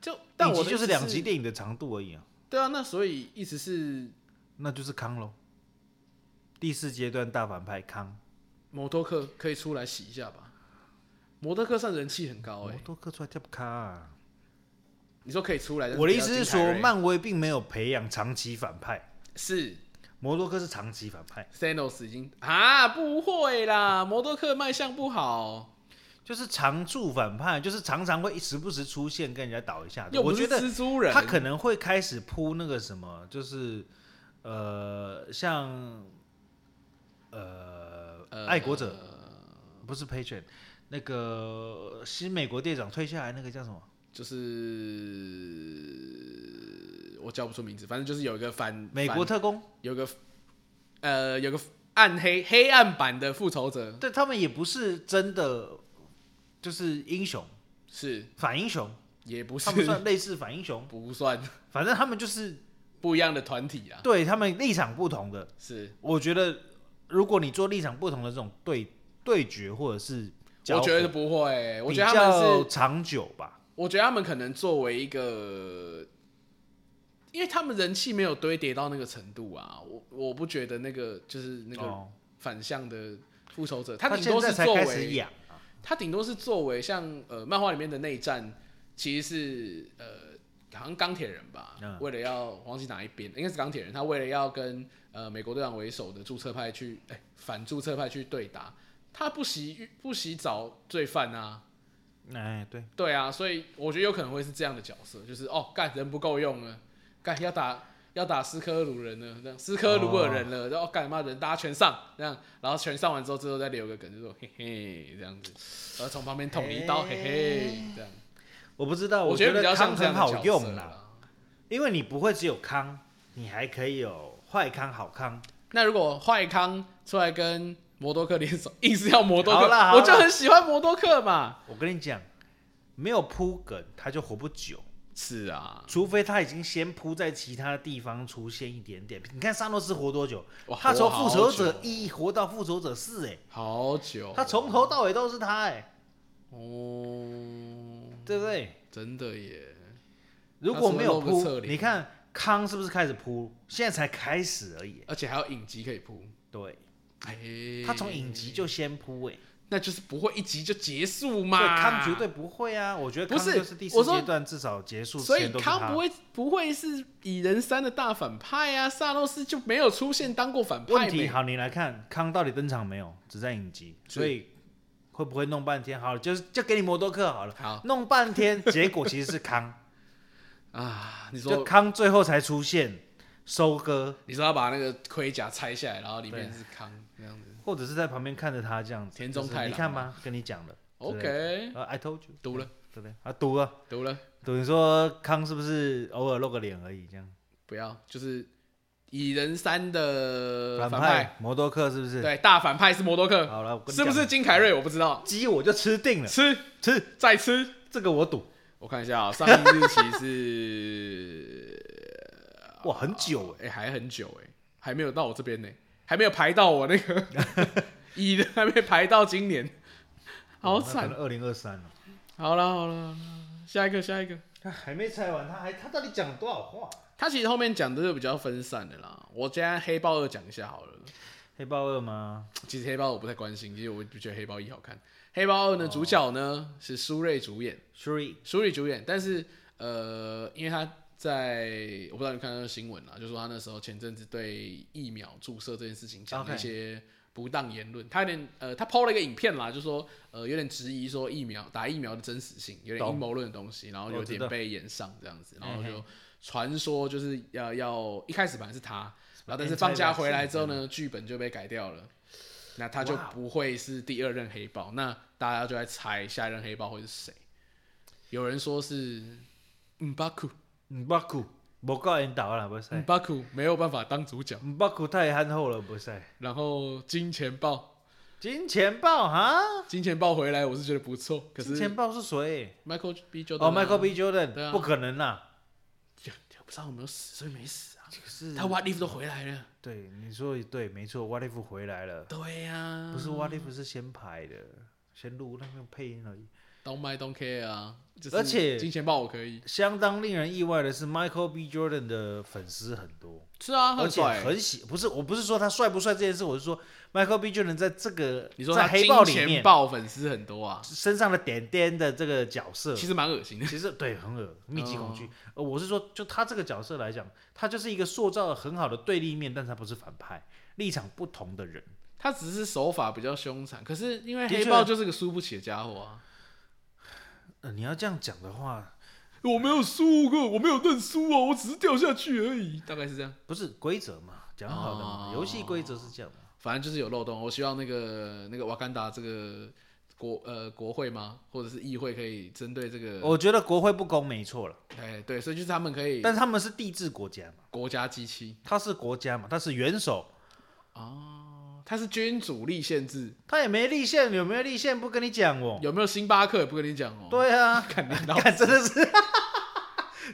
Speaker 1: 就但
Speaker 2: 影
Speaker 1: 我
Speaker 2: 集
Speaker 1: 的
Speaker 2: 就
Speaker 1: 意思
Speaker 2: 是两集，电影的长度而已啊，
Speaker 1: 对啊，那所以意思是
Speaker 2: 那就是康喽。第四阶段大反派康，
Speaker 1: 摩托克可以出来洗一下吧？摩托克算人气很高
Speaker 2: 摩
Speaker 1: 哎、
Speaker 2: 多克出来跳不卡、啊。
Speaker 1: 你说可以出来，但
Speaker 2: 我的意
Speaker 1: 不
Speaker 2: 思
Speaker 1: 要
Speaker 2: 是
Speaker 1: 进凯
Speaker 2: 说，
Speaker 1: 瑞
Speaker 2: 漫威并没有培养长期反派，
Speaker 1: 是
Speaker 2: 摩多克是长期反派，
Speaker 1: Thanos 已经啊不会啦，摩托克卖相不好，
Speaker 2: 就是常驻反派，就是常常会时不时出现跟人家倒一下的。
Speaker 1: 又
Speaker 2: 我
Speaker 1: 不
Speaker 2: 觉
Speaker 1: 是
Speaker 2: 得
Speaker 1: 蜘蛛人，
Speaker 2: 他可能会开始铺那个什么，就是呃，像呃，
Speaker 1: 呃
Speaker 2: 爱国者、不是 Patriot，那个新美国队长退下来那个叫什么？
Speaker 1: 就是我叫不出名字，反正就是有一个反
Speaker 2: 美国
Speaker 1: 反
Speaker 2: 特工？
Speaker 1: 有个呃有个暗黑黑暗版的复仇者
Speaker 2: 对他们也不是真的就是英雄，
Speaker 1: 是
Speaker 2: 反英雄，
Speaker 1: 也不是
Speaker 2: 他们算类似反英雄，
Speaker 1: <laughs> 不算
Speaker 2: 反正他们就是
Speaker 1: 不一样的团体啊，
Speaker 2: 对他们立场不同的。
Speaker 1: 是
Speaker 2: 我觉得，如果你做立场不同的这种对对决或者是交
Speaker 1: 我
Speaker 2: 锋，
Speaker 1: 觉得不会，我
Speaker 2: 比
Speaker 1: 觉得他们
Speaker 2: 较
Speaker 1: 是
Speaker 2: 长久吧。
Speaker 1: 我觉得他们可能作为一个，因为他们人气没有堆叠到那个程度啊，我我不觉得那个就是那个
Speaker 2: 哦
Speaker 1: 反向的复仇者，
Speaker 2: 他
Speaker 1: 顶多
Speaker 2: 现在
Speaker 1: 是
Speaker 2: 才
Speaker 1: 作
Speaker 2: 开始
Speaker 1: 为
Speaker 2: 养啊，
Speaker 1: 他顶多是作为像呃漫画里面的内战，其实是呃好像钢铁人吧，
Speaker 2: 嗯
Speaker 1: 为了要忘记哪一边，应该是钢铁人，他为了要跟呃美国队长为首的注册派去哎、反注册派去对打，他不惜不惜找罪犯啊，
Speaker 2: 哎，对，
Speaker 1: 对啊，所以我觉得有可能会是这样的角色，就是哦，干人不够用了，干要打要打斯科鲁人了，这样斯科鲁尔人了，然后干嘛人大家全上，这样，然后全上完之后，最后再留个梗，就说嘿嘿这样子，然后从旁边捅你一刀，嘿嘿这样。
Speaker 2: 我不知道，
Speaker 1: 我
Speaker 2: 哎觉
Speaker 1: 比较像
Speaker 2: 康
Speaker 1: 这样
Speaker 2: 很
Speaker 1: 的角色
Speaker 2: 好用啊啦，
Speaker 1: 啦。
Speaker 2: 因为你不会只有康，你还可以有坏康、好康。
Speaker 1: 那如果坏康出来跟摩多克联手， <laughs> 硬是要摩多
Speaker 2: 好
Speaker 1: 克
Speaker 2: 啦，好啦
Speaker 1: 我就很喜欢摩多克嘛。
Speaker 2: 我跟你讲，没有铺梗，他就活不久，
Speaker 1: 是啊，
Speaker 2: 除非他已经先铺在其他地方出现一点点。你看沙诺斯活多久
Speaker 1: 哇？
Speaker 2: 他从复仇
Speaker 1: 活好
Speaker 2: 者
Speaker 1: 久
Speaker 2: 一活到复仇者四，哎，
Speaker 1: 好久，
Speaker 2: 他从头到尾都是他，哎，
Speaker 1: 哦，
Speaker 2: 对不对？
Speaker 1: 真的耶。
Speaker 2: 如果没有
Speaker 1: 他除了露个侧
Speaker 2: 铺，
Speaker 1: 脸
Speaker 2: 你看康是不是开始铺？现在才开始而已，哎
Speaker 1: 而且还有影集可以铺。
Speaker 2: 对，
Speaker 1: 哎、
Speaker 2: 他从影集就先铺，哎。
Speaker 1: 那就是不会一集就结束嘛。
Speaker 2: 对，康绝对不会啊！我觉得
Speaker 1: 不
Speaker 2: 康
Speaker 1: 是
Speaker 2: 就是第四
Speaker 1: 我说
Speaker 2: 阶段至少结束
Speaker 1: 所以
Speaker 2: 前都是他，
Speaker 1: 康不会不会是蚁人三的大反派啊，萨诺斯就没有出现当过反派
Speaker 2: 问
Speaker 1: 没
Speaker 2: 题。好，你来看康到底登场没有？只在影集，
Speaker 1: 是
Speaker 2: 所以会不会弄半天？好，就是就给你摩多克好了，
Speaker 1: 好
Speaker 2: 弄半天，结果其实是康，
Speaker 1: 啊，你 <laughs>
Speaker 2: 就
Speaker 1: 说
Speaker 2: 康最后才出现收割，
Speaker 1: 你说要把那个盔甲拆下来，然后里面是康这样子。
Speaker 2: 或者是在旁边看着他这样子。
Speaker 1: 田中
Speaker 2: 就是
Speaker 1: 太郎
Speaker 2: 你看吗？跟你讲了
Speaker 1: OK，
Speaker 2: 呃，I told you，
Speaker 1: 读了
Speaker 2: 对不对？啊，赌了，
Speaker 1: 读了，
Speaker 2: 赌你说康是不是偶尔露个脸而已这样？
Speaker 1: 不要，就是蚁人三的呃反
Speaker 2: 派摩多克是不是？
Speaker 1: 对，大反派是摩多克，
Speaker 2: 好了，我跟你
Speaker 1: 是不
Speaker 2: 讲
Speaker 1: 是金凯瑞？我不知道，
Speaker 2: 鸡我就吃定了？
Speaker 1: 吃
Speaker 2: 吃。
Speaker 1: 再吃。
Speaker 2: 这个我赌，
Speaker 1: 我看一下啊、 <laughs> 上映日期是，
Speaker 2: 哇，很久欸
Speaker 1: 哎、还很久哎、还没有到我这边呢、还没有排到我那个乙的，还没排到今年，好
Speaker 2: 哦
Speaker 1: 惨。
Speaker 2: 二零二三了，
Speaker 1: 好了好了，下一个下一个，
Speaker 2: 他还没猜完，他还他到底讲了多少话？
Speaker 1: 他其实后面讲的就比较分散的啦。我今天黑豹二讲一下好了。
Speaker 2: 黑豹二吗？
Speaker 1: 其实黑豹我不太关心，其实我不觉得黑豹一好看。黑豹二呢，主角呢是苏瑞主演。
Speaker 2: Three，
Speaker 1: 苏里主演，但是呃，因为他在我不知道你看到那个新闻啊啦，就说他那时候前阵子对疫苗注射这件事情讲了一
Speaker 2: OK
Speaker 1: 些不当言论，他有点呃，他抛了一个影片啦，就说呃有点质疑说疫苗打疫苗的真实性，有点
Speaker 2: 懂
Speaker 1: 阴谋论的东西，然后有
Speaker 2: 我知
Speaker 1: 点
Speaker 2: 道
Speaker 1: 被延上这样子，然后
Speaker 2: 嘿嘿
Speaker 1: 就传说就是要要一开始本来是他，然后但是放假回来之后呢，剧本就被改掉了。那他就
Speaker 2: 哇哦
Speaker 1: 不会是第二任黑豹，那大家就在猜下一任黑豹会是谁。有人说是姆巴库，
Speaker 2: 唔巴库，无够引导啦，不
Speaker 1: 姆
Speaker 2: 使，
Speaker 1: 巴库没有办法当主角，
Speaker 2: 唔巴库太憨厚了，不使。
Speaker 1: 然后金钱豹，
Speaker 2: 金钱豹哈，
Speaker 1: 金钱豹回来我是觉得不错，可
Speaker 2: 金
Speaker 1: 是
Speaker 2: 钱豹是谁？哦
Speaker 1: Michael B. Jordan 啊
Speaker 2: 哦，Michael B.
Speaker 1: 对啊
Speaker 2: Jordan，不可能啦，
Speaker 1: Jordan 知道有没有死，所以没死啊。
Speaker 2: 就是
Speaker 1: 他 What If 都回来了，
Speaker 2: 对你说的对，没错，What if 回来了，
Speaker 1: 对呀、啊，
Speaker 2: 不是 What if 是先排的，先录那个配音而已。
Speaker 1: Don't mind, don't care 啊，就是
Speaker 2: 而且
Speaker 1: 金钱豹我可以，
Speaker 2: 相当令人意外的是，Michael B. Jordan 的粉丝很多，
Speaker 1: 是啊，
Speaker 2: 而
Speaker 1: 很
Speaker 2: 且
Speaker 1: 帅。
Speaker 2: 很喜，不是我不是说他帅不帅这件事，我是说 Michael B. Jordan 在这个
Speaker 1: 你说
Speaker 2: 在
Speaker 1: 他
Speaker 2: 黑豹里
Speaker 1: 金钱
Speaker 2: 面
Speaker 1: 豹粉丝很多啊，
Speaker 2: 身上的点点的这个角色，
Speaker 1: 其实嗯蛮恶心的。
Speaker 2: 其实对很恶密集恐惧。呃，我是说，就他这个角色来讲，他就是一个塑造了很好的对立面，但他不是反派，立场不同的人。
Speaker 1: 他只是手法比较凶残，可是因为
Speaker 2: 的
Speaker 1: 黑
Speaker 2: 确
Speaker 1: 豹就是个输不起的家伙啊。
Speaker 2: 呃，你要这样讲的话，
Speaker 1: 我没有输过，我没有认输哦，我只是掉下去而已，大概是这样。
Speaker 2: 不是规则嘛，讲好的
Speaker 1: 哦
Speaker 2: 嘛，游戏规则是这样嘛。
Speaker 1: 反正就是有漏洞。我希望那个那个瓦干达这个国呃国会吗，或者是议会可以针对这个，
Speaker 2: 我觉得国会不公没错了，
Speaker 1: 哎对，所以就是他们可以
Speaker 2: 但他们是帝制国家嘛，
Speaker 1: 国家机器
Speaker 2: 他是国家嘛，他是元首，
Speaker 1: 哦，他是君主立宪制，
Speaker 2: 他也没立宪，有没有立宪不跟你讲哦。
Speaker 1: 有没有星巴克也不跟你讲哦，
Speaker 2: 对
Speaker 1: <laughs>
Speaker 2: 啊，
Speaker 1: 看你
Speaker 2: <laughs>
Speaker 1: 老
Speaker 2: 看真的是，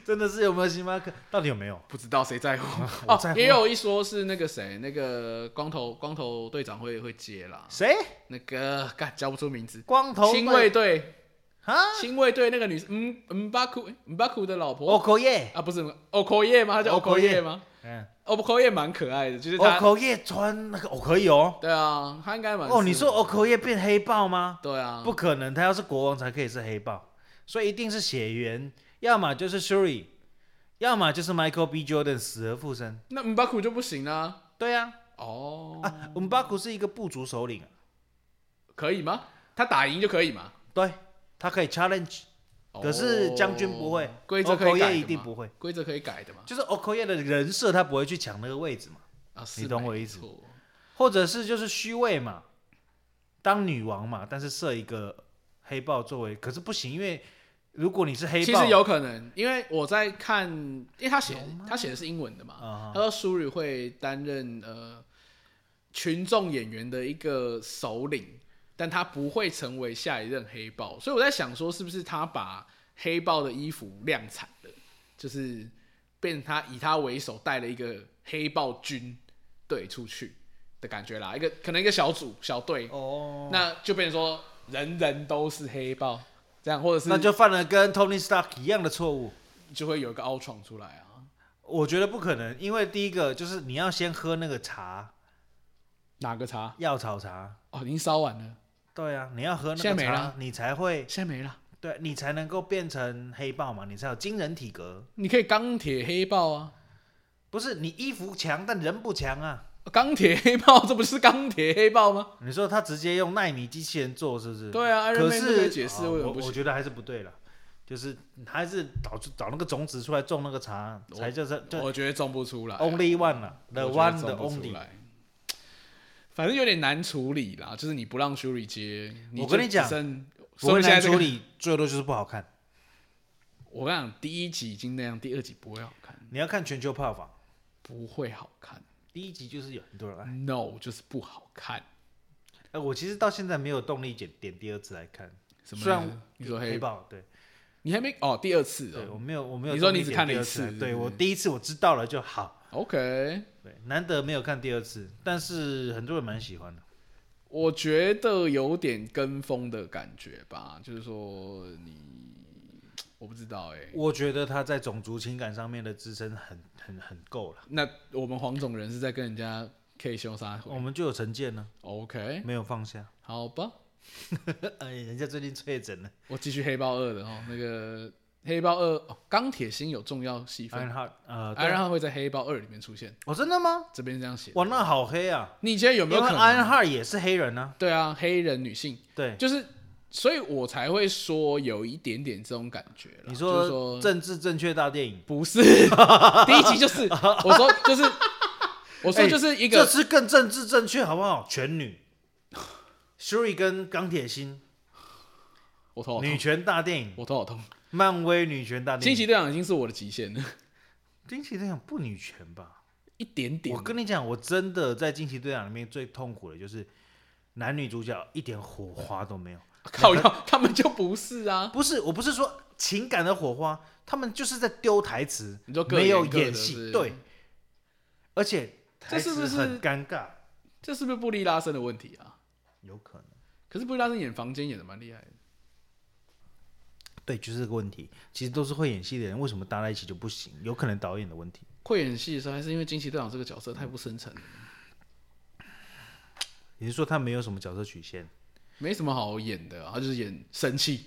Speaker 2: 真的是有没有星巴克？到底有没有？
Speaker 1: 不知道谁在乎
Speaker 2: 我在
Speaker 1: 哦，
Speaker 2: 乎
Speaker 1: 也有一说是那个谁，那个光头光头队长会会接啦，
Speaker 2: 谁？
Speaker 1: 那个干叫不出名字，
Speaker 2: 光头
Speaker 1: 亲
Speaker 2: 妹
Speaker 1: 卫队
Speaker 2: 啊？
Speaker 1: 亲卫队那个女生，嗯嗯巴库嗯巴库的老婆、
Speaker 2: 哦，口耶，
Speaker 1: 啊不是哦口叶吗？她叫哦口叶吗？
Speaker 2: 嗯，
Speaker 1: 哦口叶蛮可爱的，就是
Speaker 2: 哦
Speaker 1: 她
Speaker 2: 口耶穿那个哦可以哦。
Speaker 1: 对啊，她应该蛮
Speaker 2: 哦，你说
Speaker 1: 适合
Speaker 2: 哦口耶变黑豹吗？
Speaker 1: 对啊，
Speaker 2: 不可能，他要是国王才可以是黑豹，所以一定是血缘，要么就是 Shuri，要么就是 Michael B. Jordan 死而复生。
Speaker 1: 那嗯巴库就不行啦、
Speaker 2: 对啊，
Speaker 1: 哦、
Speaker 2: 啊，我们巴古是一个部族首领啊，
Speaker 1: 可以吗？他打赢就可以嘛？
Speaker 2: 对，他可以 challenge，可是将军不会
Speaker 1: 哦，规则可以改
Speaker 2: 耶
Speaker 1: 的
Speaker 2: 一定
Speaker 1: 嘛
Speaker 2: 不会，
Speaker 1: 规则可以改的嘛？
Speaker 2: 就是 o k o 的人设他不会去抢那个位置嘛，
Speaker 1: 啊，是
Speaker 2: 你懂我
Speaker 1: 没
Speaker 2: 意思
Speaker 1: 错
Speaker 2: 或者是就是虚位嘛，当女王嘛，但是设一个黑豹作为，可是不行，因为如果你是黑
Speaker 1: 其
Speaker 2: 豹，
Speaker 1: 实有可能，因为我在看，因为他写他写的是英文的嘛，
Speaker 2: 啊
Speaker 1: 他说苏吕会担任呃群众演员的一个首领，但他不会成为下一任黑豹，所以我在想说，是不是他把黑豹的衣服量产了，就是变他以他为首带了一个黑豹军队出去的感觉啦，一个可能一个小组小队，
Speaker 2: 哦，
Speaker 1: 那就变成说人人都是黑豹。这样，或者是
Speaker 2: 那就犯了跟 Tony Stark 一样的错误。
Speaker 1: 就会有一个凹创出来啊。
Speaker 2: 我觉得不可能，因为第一个就是你要先喝那个茶，
Speaker 1: 哪个茶？
Speaker 2: 药草茶。
Speaker 1: 哦，已经烧完了，
Speaker 2: 对啊，你要喝那
Speaker 1: 现
Speaker 2: 个
Speaker 1: 在没
Speaker 2: 茶
Speaker 1: 了，
Speaker 2: 你才会
Speaker 1: 现在没了。
Speaker 2: 对你才能够变成黑豹嘛，你才有惊人体格。
Speaker 1: 你可以钢铁黑豹啊，
Speaker 2: 不是你衣服强，但人不强啊。
Speaker 1: 哦钢铁黑豹，这不是钢铁黑豹吗？
Speaker 2: 你说他直接用纳米机器人做，是不是？
Speaker 1: 对啊，Iron
Speaker 2: 可
Speaker 1: Man 这个
Speaker 2: 是
Speaker 1: 解释
Speaker 2: 啊
Speaker 1: 为什
Speaker 2: 我
Speaker 1: 么不
Speaker 2: 我
Speaker 1: 行？
Speaker 2: 觉得还是不对了，就是还是找出找那个种子出来种那个茶，
Speaker 1: 我
Speaker 2: 才就是就
Speaker 1: 我觉得种不出来啊
Speaker 2: only one 了，the
Speaker 1: 我觉得
Speaker 2: one
Speaker 1: 种
Speaker 2: the
Speaker 1: 不出
Speaker 2: only。
Speaker 1: 来反正有点难处理啦，就是你不让修理接，
Speaker 2: 我
Speaker 1: 就
Speaker 2: 跟你讲
Speaker 1: 只剩
Speaker 2: 不会
Speaker 1: 所以现在
Speaker 2: 难
Speaker 1: 这个
Speaker 2: 处理，最多就是不好看。
Speaker 1: 我跟你讲，第一集已经那样，第二集不会好看，
Speaker 2: 你要看全球票房，
Speaker 1: 不会好看
Speaker 2: 第一集就是有很多人爱。
Speaker 1: ，no，就是不好看。
Speaker 2: 哎，我其实到现在没有动力点点第二次来看，
Speaker 1: 什
Speaker 2: 虽然
Speaker 1: 么？你说
Speaker 2: 黑
Speaker 1: 黑，
Speaker 2: 豹，对
Speaker 1: 你还没哦，第二次
Speaker 2: 对，
Speaker 1: 哦
Speaker 2: 我没有我没有。
Speaker 1: 你说你只看了一次
Speaker 2: 次，
Speaker 1: 是不
Speaker 2: 对
Speaker 1: 是
Speaker 2: 我第一次我知道了就好，
Speaker 1: ，OK。
Speaker 2: 对，难得没有看第二次，但是很多人蛮喜欢的。
Speaker 1: 我觉得有点跟风的感觉吧，就是说你，我不知道哎、
Speaker 2: 我觉得他在种族情感上面的支撑很很很够了，
Speaker 1: 那我们黄种人是在跟人家 K 修杀回
Speaker 2: 我们就有成见呢，
Speaker 1: ，OK，
Speaker 2: 没有放下。
Speaker 1: <laughs> 好吧，
Speaker 2: 哎，人家最近确诊了
Speaker 1: 我继续黑豹二的哦，那个黑豹二哦，钢铁心有重要戏份，
Speaker 2: ，Iron Heart，呃，
Speaker 1: 安
Speaker 2: 对，
Speaker 1: 然后会在黑豹二里面出现，
Speaker 2: 哦，真的吗？
Speaker 1: 这边是这样写。
Speaker 2: 哇，那好黑啊！
Speaker 1: 你觉得有
Speaker 2: 因
Speaker 1: 没
Speaker 2: 为
Speaker 1: 有可能？啊
Speaker 2: Iron Heart 也是黑人呢，
Speaker 1: 对啊，黑人女性，
Speaker 2: 对，
Speaker 1: 就是，所以我才会说有一点点这种感觉啦
Speaker 2: 你
Speaker 1: 就是
Speaker 2: 说
Speaker 1: 说
Speaker 2: 政治正确大电影，
Speaker 1: 不是， <laughs> 第一集就是我说就是我说就是一
Speaker 2: 哎这
Speaker 1: 个
Speaker 2: 次更政治正确好不好？全女，Shuri 跟钢铁心
Speaker 1: 我头好
Speaker 2: 女
Speaker 1: 痛，
Speaker 2: 权大电影，
Speaker 1: 我头好痛。
Speaker 2: 漫威女权大电
Speaker 1: 哦惊
Speaker 2: 影。
Speaker 1: 奇队长已经是我的极限了，
Speaker 2: 惊奇队长不女权吧？
Speaker 1: 一点点
Speaker 2: 我。跟你讲，我真的在惊奇队长里面最痛苦的就是男女主角一点火花都没有。
Speaker 1: <laughs> 靠药，他们就不是啊，
Speaker 2: <laughs> 不是，我不是说情感的火花，他们就是在丢台词，
Speaker 1: 你说各
Speaker 2: 没有
Speaker 1: 演各的是
Speaker 2: 演
Speaker 1: 不
Speaker 2: 戏，
Speaker 1: 是
Speaker 2: 对，而且
Speaker 1: 这
Speaker 2: 台
Speaker 1: 是不
Speaker 2: 词
Speaker 1: 是
Speaker 2: 很尴尬，
Speaker 1: 这是不是布利拉伸的问题啊？
Speaker 2: 有可能。
Speaker 1: 可是布利拉伸演房间演的蛮厉害的，
Speaker 2: 对，就是这个问题。其实都是会演戏的人，为什么搭在一起就不行？有可能导演的问题。
Speaker 1: 会演戏的时候还是因为惊奇队长这个角色太不深沉了，
Speaker 2: 你是说他没有什么角色曲线
Speaker 1: 没什么好演的啊、他就是演生气、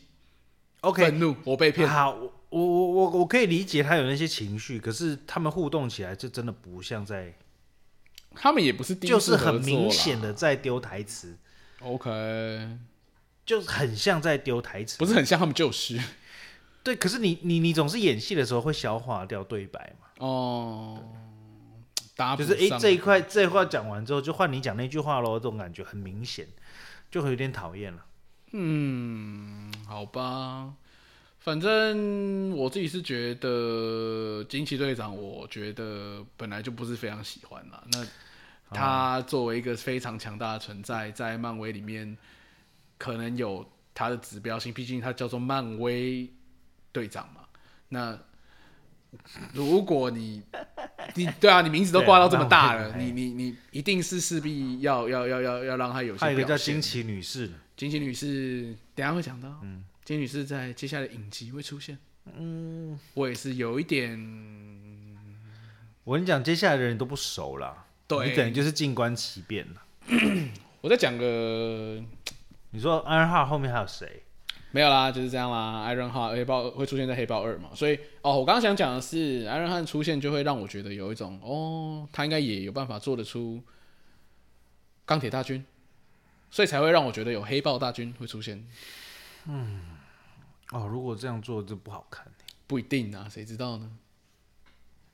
Speaker 2: ？OK，啊
Speaker 1: 愤怒，我被骗。
Speaker 2: 好，我我我我我可以理解他有那些情绪，可是他们互动起来，这真的不像在，
Speaker 1: 他们也不是第一次
Speaker 2: 就是
Speaker 1: 合
Speaker 2: 很
Speaker 1: 作
Speaker 2: 明
Speaker 1: 啦
Speaker 2: 显的在丢台词，
Speaker 1: OK，
Speaker 2: 就是很像在丢台词。
Speaker 1: 不是很像他们就是
Speaker 2: 对，可是你你你总是演戏的时候会消化掉对白嘛，
Speaker 1: 哦，搭啊不
Speaker 2: 就是诶
Speaker 1: 上
Speaker 2: 这一块这一块讲完之后，就换你讲那句话喽，这种感觉很明显，就会有点讨厌了。
Speaker 1: 好吧，反正我自己是觉得惊奇队长，我觉得本来就不是非常喜欢啦。那
Speaker 2: 啊
Speaker 1: 他作为一个非常强大的存在，在漫威里面可能有他的指标性，毕竟他叫做漫威队长嘛。那如果你你对啊，你名字都挂到这么大
Speaker 2: 对啊
Speaker 1: 了，
Speaker 2: 漫威
Speaker 1: 你你你一定是势必要要要要要让他有些
Speaker 2: 还有一个
Speaker 1: 表
Speaker 2: 叫
Speaker 1: 现
Speaker 2: 惊奇女士呢，
Speaker 1: 惊奇女士，等一下会讲到，嗯，惊奇女士在接下来的影集会出现，嗯，我也是有一点
Speaker 2: 我跟你讲，接下来的人都不熟啦，你等于
Speaker 1: 对，
Speaker 2: 就是静观其变了。
Speaker 1: 我再讲个
Speaker 2: 你说安然浩后面还有谁？
Speaker 1: 没有啦，就是这样啦。艾伦汉黑豹会出现在黑豹二嘛，所以哦，我刚刚想讲的是，艾伦汉出现就会让我觉得有一种哦，他应该也有办法做得出钢铁大军，所以才会让我觉得有黑豹大军会出现，
Speaker 2: 哦，如果这样做就不好看。
Speaker 1: 不一定啊，谁知道呢？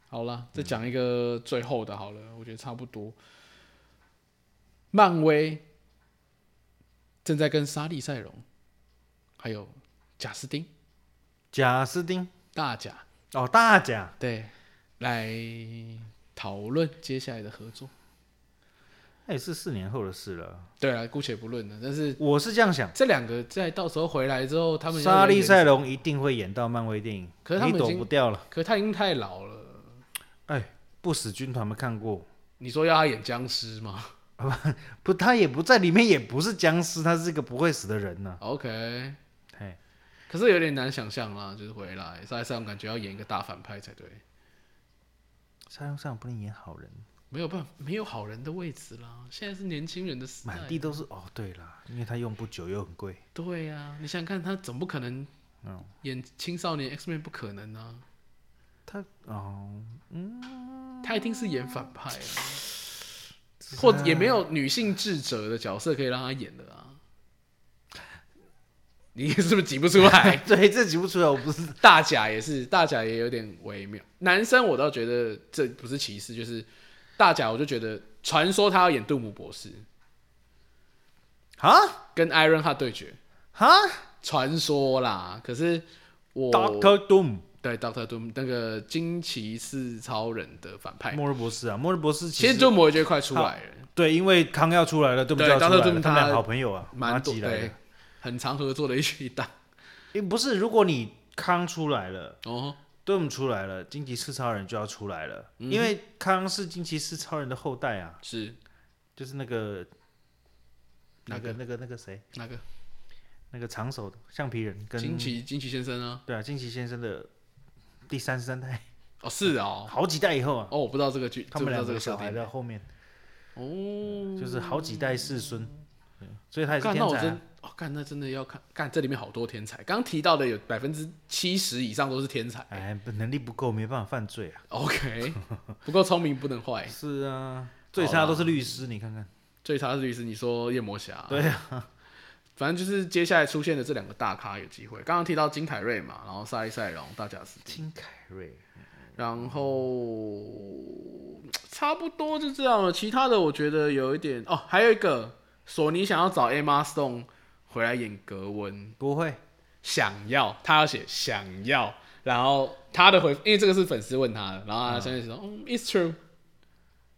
Speaker 1: 好啦，再讲一个最后的好了，我觉得差不多。漫威正在跟莎莉赛隆，还有贾斯汀
Speaker 2: 贾斯汀
Speaker 1: 大贾
Speaker 2: 哦，大贾，
Speaker 1: 对来讨论接下来的合作。
Speaker 2: 那哎也是四年后的事了。
Speaker 1: 对啊，姑且不论了，但是
Speaker 2: 我是这样想，
Speaker 1: 这两个在到时候回来之后，他们要
Speaker 2: 莎莉
Speaker 1: 演
Speaker 2: 赛隆一定会演到漫威电影，
Speaker 1: 可是他们
Speaker 2: 你
Speaker 1: 已
Speaker 2: 躲
Speaker 1: 经
Speaker 2: 不掉了。
Speaker 1: 可他已经太老了。
Speaker 2: 哎，不死军团没看过，
Speaker 1: 你说要他演僵尸吗
Speaker 2: 不，他也不在里面，也不是僵尸，他是一个不会死的人呢、
Speaker 1: ？OK，
Speaker 2: 哎，
Speaker 1: 可是有点难想象啦，就是回来莎莉赛隆感觉要演一个大反派才对。
Speaker 2: 莎莉赛隆不能演好人，
Speaker 1: 没有办法，没有好人的位置啦。现在是年轻人的时代
Speaker 2: 满，地都是。哦，对啦，因为他用不久又很贵。
Speaker 1: 对呀、啊，你想想看，他总不可能
Speaker 2: 嗯
Speaker 1: 演青少年 X Man 不可能啊，
Speaker 2: 他哦，
Speaker 1: 他一定是演反派、啊，或者也没有女性智者的角色可以让他演的啊。你是不是挤不出来？
Speaker 2: <laughs> 对，这挤不出来，我不是
Speaker 1: 大甲也是，大甲也有点微妙。男生我倒觉得这不是歧视，就是大甲，我就觉得传说他要演杜姆博士，
Speaker 2: 啊
Speaker 1: 跟 Iron Heart 对决。
Speaker 2: 哈
Speaker 1: 传说啦，可是我
Speaker 2: ，Doctor Doom，
Speaker 1: 对 Doctor Doom 那个惊奇四超人的反派，
Speaker 2: 末日博士啊，末日博士
Speaker 1: 其
Speaker 2: 其
Speaker 1: 实
Speaker 2: 实
Speaker 1: Doom 我觉得快出来了，
Speaker 2: 对，因为康要出来了，对不
Speaker 1: 对
Speaker 2: 对？要出来
Speaker 1: Doctor
Speaker 2: 了
Speaker 1: Doom
Speaker 2: 他们
Speaker 1: 他
Speaker 2: 俩好朋友啊，
Speaker 1: 蛮多
Speaker 2: 挤来
Speaker 1: 对
Speaker 2: 的。，
Speaker 1: 很常合作的一一档
Speaker 2: 诶不是，如果你康出来了。
Speaker 1: 哦。
Speaker 2: Doom 出来了，惊奇四超人就要出来了，
Speaker 1: 嗯
Speaker 2: 因为康是惊奇四超人的后代啊，
Speaker 1: 是
Speaker 2: 就是那个
Speaker 1: 哪
Speaker 2: 那
Speaker 1: 个
Speaker 2: 个那个那个谁，
Speaker 1: 哪个？
Speaker 2: 那个长手的橡皮人跟
Speaker 1: 惊奇惊奇先生啊？
Speaker 2: 对啊，惊奇先生的第三十三代，
Speaker 1: 哦，是哦，
Speaker 2: 好几代以后啊，
Speaker 1: 哦，我不知道这个剧，
Speaker 2: 他们
Speaker 1: 知不知
Speaker 2: 两
Speaker 1: 道这
Speaker 2: 个
Speaker 1: 个设
Speaker 2: 小孩
Speaker 1: 定
Speaker 2: 的后面，
Speaker 1: 哦。
Speaker 2: 就是好几代世孙，对所以他也是
Speaker 1: 干，那
Speaker 2: 天
Speaker 1: 我
Speaker 2: 才
Speaker 1: 真
Speaker 2: 啊。
Speaker 1: 哦，干那真的要看干这里面好多天才，刚刚提到的有百分之七十以上都是天才。啊
Speaker 2: 哎，不能力不够，没办法犯罪啊。
Speaker 1: OK，不 <laughs> 够聪明不能坏。
Speaker 2: 是啊，最差都是律师，你看看。
Speaker 1: 最差的律师，你说夜魔侠，
Speaker 2: 对
Speaker 1: 啊，反正就是接下来出现的这两个大咖有机会。刚刚提到金凯瑞嘛，然后沙利塞隆、大贾斯汀，
Speaker 2: 金凯瑞，
Speaker 1: 然后差不多就这样了。其他的我觉得有一点哦，还有一个索尼想要找 Emma Stone 回来演格温，
Speaker 2: 不会，
Speaker 1: 想要他要写想要，然后他的回，因为这个是粉丝问他的，然后他相信说，嗯，It's true，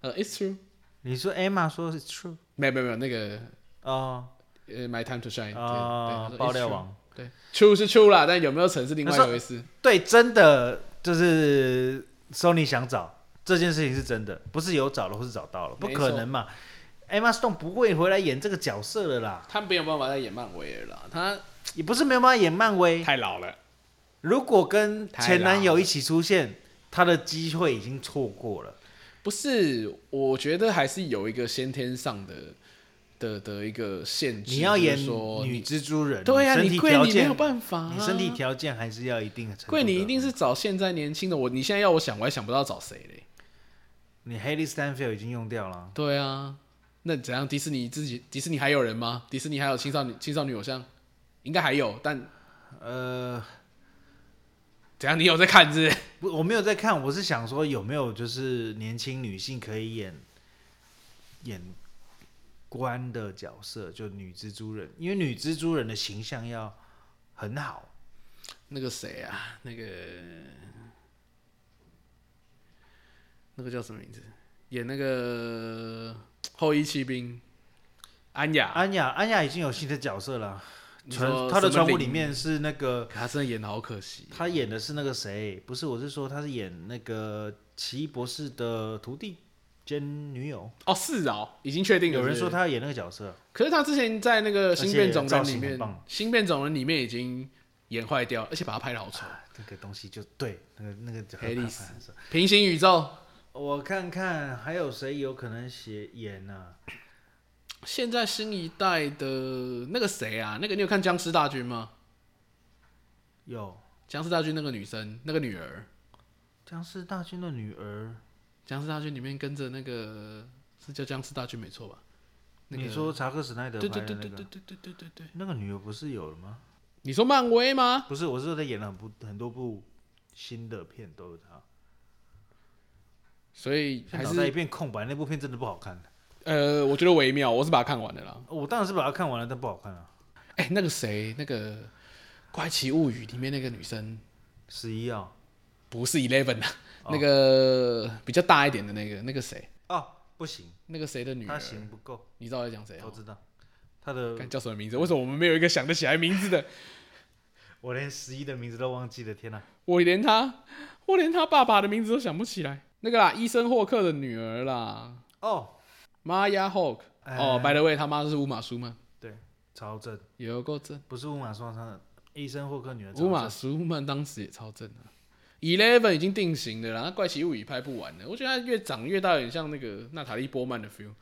Speaker 1: 呃，It's true，
Speaker 2: 你说 Emma 说是 true
Speaker 1: 没有没有没有那个
Speaker 2: 哦
Speaker 1: 呃，My Time to Shine，对对
Speaker 2: 啊，
Speaker 1: 他说
Speaker 2: 爆
Speaker 1: "It's
Speaker 2: 料
Speaker 1: true
Speaker 2: 王，
Speaker 1: 对，true 是 true 啦，但有没有成是另外一回事。
Speaker 2: 对，真的就是 Sony 想找这件事情是真的，不是有找了或是找到了，不
Speaker 1: 没
Speaker 2: 可
Speaker 1: 错
Speaker 2: 能嘛。Emma Stone 不会回来演这个角色了啦，
Speaker 1: 他没有办法再演漫威了啦，他
Speaker 2: 也不是没有办法演漫威。
Speaker 1: 太老了。
Speaker 2: 如果跟
Speaker 1: 太
Speaker 2: 前
Speaker 1: 老
Speaker 2: 男友
Speaker 1: 了
Speaker 2: 一起出现，他的机会已经错过了。
Speaker 1: 不是，我觉得还是有一个先天上的的的一个限制。
Speaker 2: 你要演
Speaker 1: 就是说
Speaker 2: 女蜘蛛人，
Speaker 1: 对呀、
Speaker 2: 身
Speaker 1: 你
Speaker 2: 体
Speaker 1: 贵
Speaker 2: 条
Speaker 1: 你没有
Speaker 2: 件，
Speaker 1: 办法、啊
Speaker 2: 你身体条件还是要一定的程度。
Speaker 1: 贵你一定，是找现在年轻的我，你现在要我想，我还想不到找谁嘞。
Speaker 2: 你 Haley Stanfield 已经用掉了，
Speaker 1: 对啊，那怎样？迪士尼自己，迪士尼还有人吗？迪士尼还有青少年青少年偶像，应该还有，但
Speaker 2: 呃，
Speaker 1: 怎样？你有在看是不是？ <laughs>
Speaker 2: 不，我没有在看，我是想说有没有就是年轻女性可以演演官的角色，就女蜘蛛人，因为女蜘蛛人的形象要很好，
Speaker 1: 那个谁啊，那个那个叫什么名字？演那个后羿骑兵安雅，
Speaker 2: 安雅，安雅已经有新的角色了，
Speaker 1: 你
Speaker 2: 啊传
Speaker 1: 说
Speaker 2: 她的
Speaker 1: 什么
Speaker 2: 传闻
Speaker 1: 林
Speaker 2: 里面是那个
Speaker 1: 可他真的演的好可惜。
Speaker 2: 她演的是那个谁？不是，我是说她是演那个奇异博士的徒弟兼女友。
Speaker 1: 哦，是哦，已经确定了。
Speaker 2: 有人
Speaker 1: 是不
Speaker 2: 说
Speaker 1: 是，
Speaker 2: 她要演那个角色，
Speaker 1: 可是他之前在那个《
Speaker 2: 而
Speaker 1: 新
Speaker 2: 且
Speaker 1: 变种人
Speaker 2: 造》
Speaker 1: 里
Speaker 2: 型很
Speaker 1: 面，《
Speaker 2: 棒
Speaker 1: 新变种人》里面已经演坏掉了，而且把他拍的好丑。
Speaker 2: 啊那个东西就对，那个那个角色
Speaker 1: 黑历
Speaker 2: 麻
Speaker 1: 史
Speaker 2: 烦死了
Speaker 1: 平行宇宙
Speaker 2: 我看看还有谁有可能写演呢、
Speaker 1: 现在新一代的那个谁啊，那个你有看《僵尸大军》吗？
Speaker 2: 有
Speaker 1: 《僵尸大军》那个女生，那个女儿，
Speaker 2: 僵尸大军的女儿，
Speaker 1: 《僵尸大军》里面跟着那个是叫《僵尸大军》没错吧？那个
Speaker 2: 你说查克史奈德
Speaker 1: 对
Speaker 2: 拍
Speaker 1: 对对
Speaker 2: 的那
Speaker 1: 对
Speaker 2: 个
Speaker 1: 对，对对对对对，
Speaker 2: 那个女儿不是有了吗？
Speaker 1: 你说漫威吗？
Speaker 2: 不是，我是说她演了很部很多部新的片都有她，
Speaker 1: 所以还
Speaker 2: 脑袋一
Speaker 1: 是
Speaker 2: 片空白，那部片真的不好看。
Speaker 1: 呃，我觉得微妙，我是把它看完的啦。
Speaker 2: 我当然是把它看完了，但不好看啊。
Speaker 1: 哎、那个谁，那个《怪奇物语》里面那个女生，
Speaker 2: 十一啊，
Speaker 1: 不是 Eleven 啊，
Speaker 2: 哦
Speaker 1: 那个比较大一点的那个，那个谁，
Speaker 2: 哦，不行，
Speaker 1: 那个谁的女
Speaker 2: 他
Speaker 1: 儿，
Speaker 2: 型不够，
Speaker 1: 你知道我在讲谁
Speaker 2: 我
Speaker 1: 哦？
Speaker 2: 知道。他的
Speaker 1: 干叫什么名字？为什么我们没有一个想得起来名字
Speaker 2: <laughs>
Speaker 1: 的？
Speaker 2: 我连十一的名字都忘记了，天哪、
Speaker 1: 我连他，我连他爸爸的名字都想不起来。那个啦，医生霍克的女儿啦
Speaker 2: 哦，
Speaker 1: ，Maya Hawk。
Speaker 2: 哎
Speaker 1: 哦，by the way，他妈是乌马苏曼，
Speaker 2: 超正，
Speaker 1: 有够正。
Speaker 2: 不是乌马双上的医生霍克女儿超
Speaker 1: 乌马
Speaker 2: 正。
Speaker 1: 苏曼当时也超正啊。Eleven 已经定型的啦，那怪奇物语拍不完了。我觉得他越长越大，有点像那个娜塔莉波曼的 feel，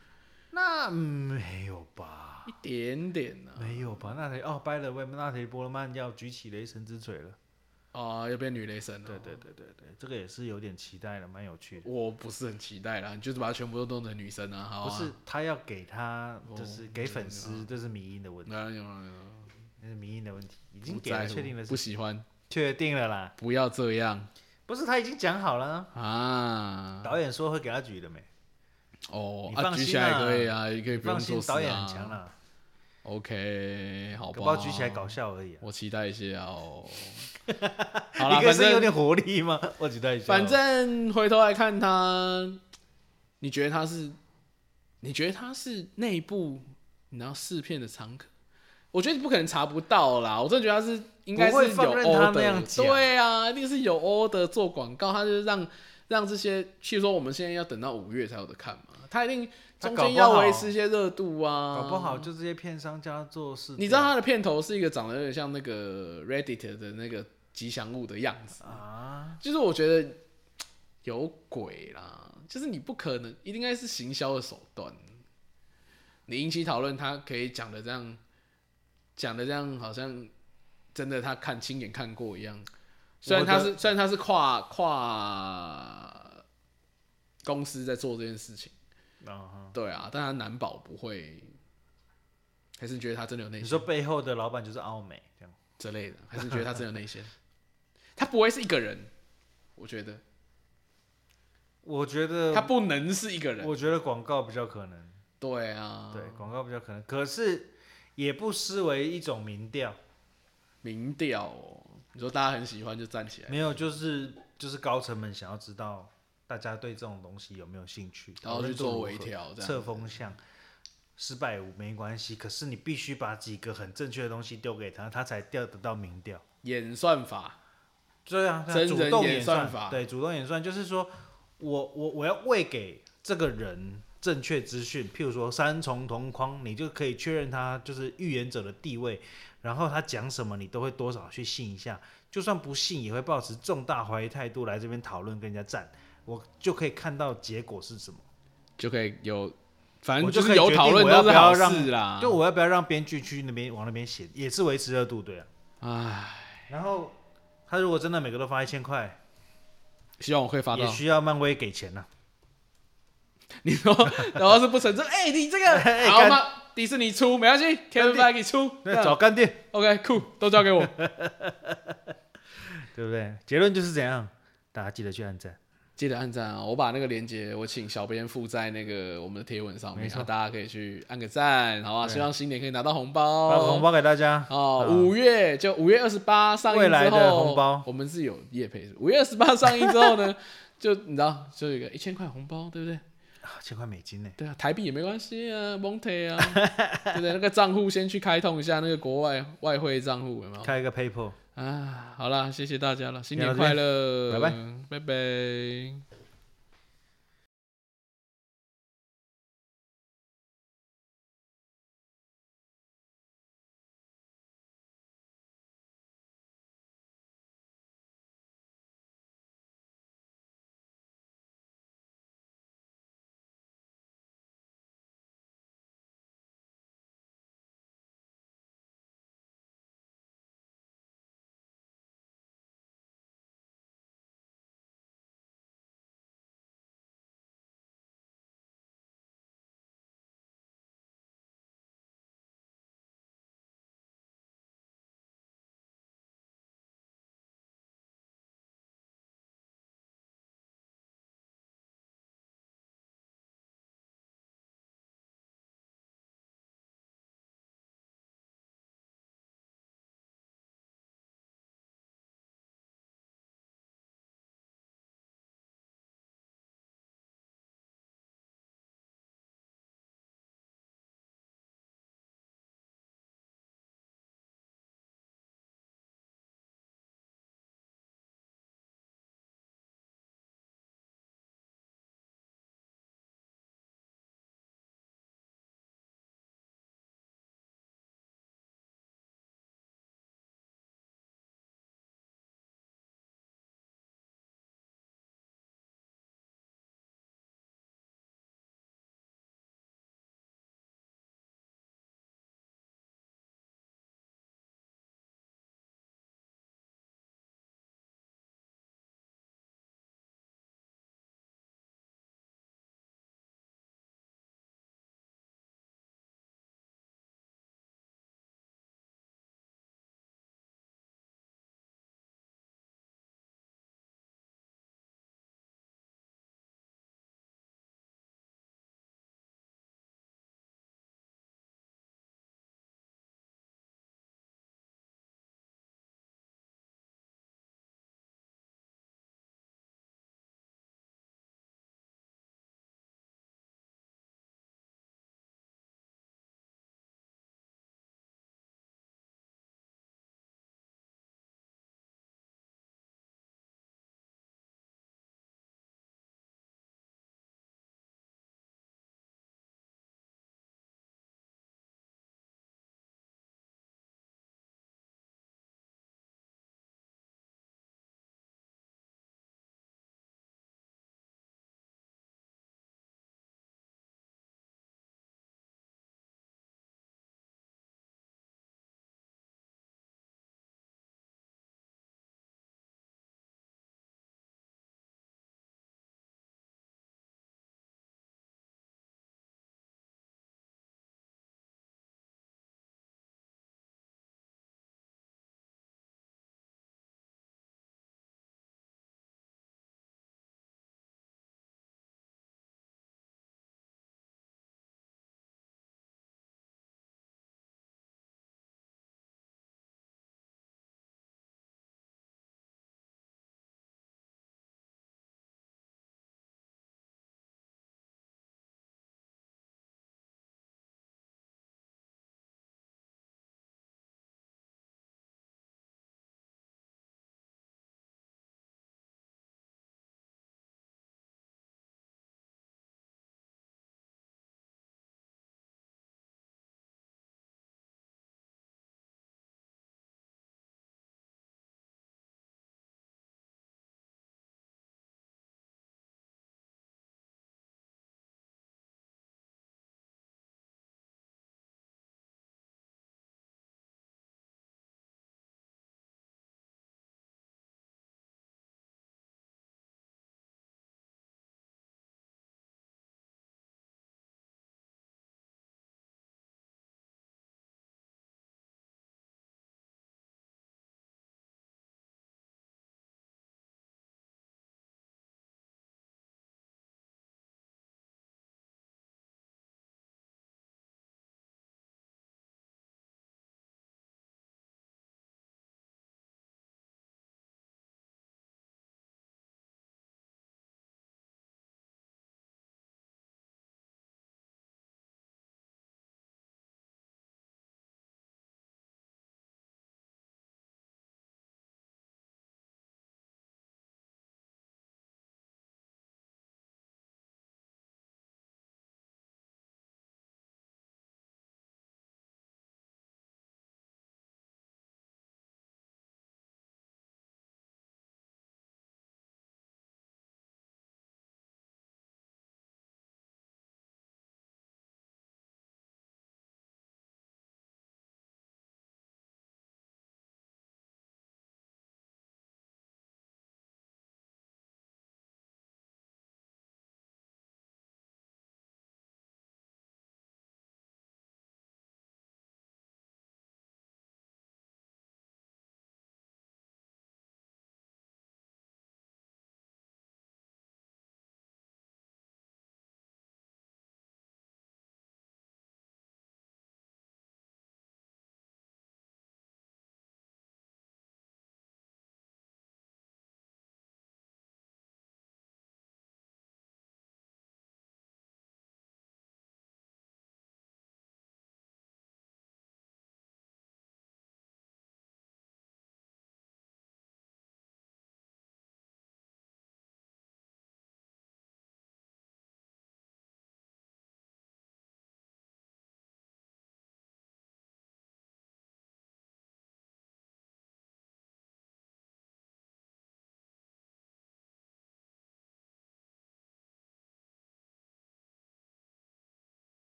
Speaker 2: 那、嗯没有吧？
Speaker 1: 一点点啊呢、
Speaker 2: 没有吧？那谁哦，拜了，那谁波勒曼要举起雷神之锤了。
Speaker 1: 啊。哦，又变女雷神了。
Speaker 2: 对对对对对，这个也是有点期待了，蛮有趣的。
Speaker 1: 我不是很期待啦，你就是把它全部都弄成女生啊，好
Speaker 2: 不
Speaker 1: 啊。
Speaker 2: 是他要给他，就是
Speaker 1: 哦
Speaker 2: 给粉丝，哦这啊是迷因的问题，
Speaker 1: 哪有，哪有
Speaker 2: 那是迷因的问题，已
Speaker 1: 已
Speaker 2: 经给了确定了，
Speaker 1: 哎不喜欢，
Speaker 2: 确定了啦。
Speaker 1: 不要这样
Speaker 2: 不是他已经讲好了啊、
Speaker 1: 啊。
Speaker 2: 导演说会给他举的没？
Speaker 1: 哦
Speaker 2: 你，
Speaker 1: 啊，
Speaker 2: 放
Speaker 1: 举
Speaker 2: 心
Speaker 1: 起来也
Speaker 2: 啦
Speaker 1: 可以啊，也可以
Speaker 2: 你
Speaker 1: 不用
Speaker 2: 放心
Speaker 1: 做，事
Speaker 2: 导演很强
Speaker 1: 啊。
Speaker 2: 了，
Speaker 1: OK，好
Speaker 2: 搞
Speaker 1: 吧，
Speaker 2: 不好举起来搞笑而已、啊。
Speaker 1: 我期待一下哦。
Speaker 2: <laughs>
Speaker 1: 好啦，
Speaker 2: 你可以
Speaker 1: 反
Speaker 2: 是有
Speaker 1: 正
Speaker 2: 点活力吗？ <laughs> 我举一下。
Speaker 1: 反正回头来看他，你觉得他是？你觉得他是内部你要试片的常客？我觉得你不可能查不到啦，我真的觉得他是应该
Speaker 2: 不会
Speaker 1: 是有
Speaker 2: 放任他
Speaker 1: order，
Speaker 2: 那样讲
Speaker 1: 对啊，一定是有 order 做广告，他就是让让这些，譬如说我们现在要等到五月才有的看嘛，他一定
Speaker 2: 他
Speaker 1: 中
Speaker 2: 搞
Speaker 1: 间
Speaker 2: 不
Speaker 1: 要
Speaker 2: 好
Speaker 1: 维持一些热度啊，
Speaker 2: 搞不好就这些片商叫他做事，
Speaker 1: 你知道他的片头是一个长得有点像那个 Reddit 的那个吉祥物的样子，
Speaker 2: 啊？
Speaker 1: 就是我觉得有鬼啦，就是你不可能，一定应该是行销的手段。你引起讨论，他可以讲的这样，讲的这样，好像真的他看亲眼看过一样。虽然他是虽然他是跨跨公司在做这件事情，
Speaker 2: 啊
Speaker 1: 对啊，但他难保不会。还是你觉得他真的有内
Speaker 2: 你
Speaker 1: 心？
Speaker 2: 说背后的老板就是奥美这样？
Speaker 1: 之类的，还是觉得他真的有内线？他不会是一个人，我觉得
Speaker 2: 我觉得
Speaker 1: 他不能是一个人。
Speaker 2: 我觉得广告比较可能，
Speaker 1: 对啊，
Speaker 2: 对，广告比较可能，可是也不失为一种民调，
Speaker 1: 民调、哦，你说大家很喜欢就站起来，
Speaker 2: 没有就是就是高层们想要知道大家对这种东西有没有兴趣，
Speaker 1: 然后去
Speaker 2: 讨论度
Speaker 1: 做
Speaker 2: 如
Speaker 1: 微
Speaker 2: 何
Speaker 1: 调，这样
Speaker 2: 测风向。失败没关系，可是你必须把几个很正确的东西丢给他，他才调得到民调。
Speaker 1: 演算法，
Speaker 2: 对啊，对啊
Speaker 1: 真
Speaker 2: 主
Speaker 1: 人
Speaker 2: 动
Speaker 1: 演
Speaker 2: 演
Speaker 1: 算
Speaker 2: 算
Speaker 1: 法
Speaker 2: 对，主动演算就是说我我我要喂给这个人正确资讯，譬如说三重同框，你就可以确认他就是预言者的地位，然后他讲什么你都会多少去信一下，就算不信也会抱持重大怀疑态度来这边讨论跟人家战，我就可以看到结果是什么。
Speaker 1: 就可以有，反正
Speaker 2: 我就
Speaker 1: 就是
Speaker 2: 可以
Speaker 1: 有
Speaker 2: 决定
Speaker 1: 讨论
Speaker 2: 我要
Speaker 1: 都是
Speaker 2: 不要
Speaker 1: 好
Speaker 2: 让
Speaker 1: 事啦。
Speaker 2: 就我要不要让编剧去那边往那边写，也是维持热度，对啊。
Speaker 1: 唉，
Speaker 2: 然后他如果真的每个都发一千块，
Speaker 1: 希望我会发
Speaker 2: 也
Speaker 1: 到。
Speaker 2: 需要漫威给钱啊呐、
Speaker 1: <laughs> 你说，然后是不成真，哎、你这个
Speaker 2: <laughs> 哎
Speaker 1: 好
Speaker 2: 干
Speaker 1: 吗？迪士尼出没关系，Kevin
Speaker 2: 干
Speaker 1: f e g 出，这
Speaker 2: 那
Speaker 1: 样 <laughs>
Speaker 2: 找干爹，
Speaker 1: OK 酷，都交给我。 <laughs>
Speaker 2: 对不对？结论就是怎样，大家记得去按赞。
Speaker 1: 记得按赞啊！我把那个链接，我请小编附在那个我们的贴文上面
Speaker 2: 没，错
Speaker 1: 啊大家可以去按个赞，好吧？
Speaker 2: 对
Speaker 1: 希望新年可以拿到红包，
Speaker 2: 发红包给大家
Speaker 1: 哦，
Speaker 2: 啊
Speaker 1: 五月就五月二十八上映
Speaker 2: 未来
Speaker 1: 之
Speaker 2: 的
Speaker 1: 后，
Speaker 2: 红包
Speaker 1: 我们是有业配。五月二十八上映之后呢， <laughs> 就你知道，就有一个一千块红包，对不对？
Speaker 2: 啊千块美金呢，
Speaker 1: 对啊，台币也没关系啊，Monte 啊， <laughs> 对不对？那个账户先去开通一下那个国外外汇账户，有没有？
Speaker 2: 开一个 PayPal。
Speaker 1: 啊，好啦，谢谢大家了，新年
Speaker 2: 聊到这
Speaker 1: 快乐，
Speaker 2: 拜拜，
Speaker 1: 拜拜。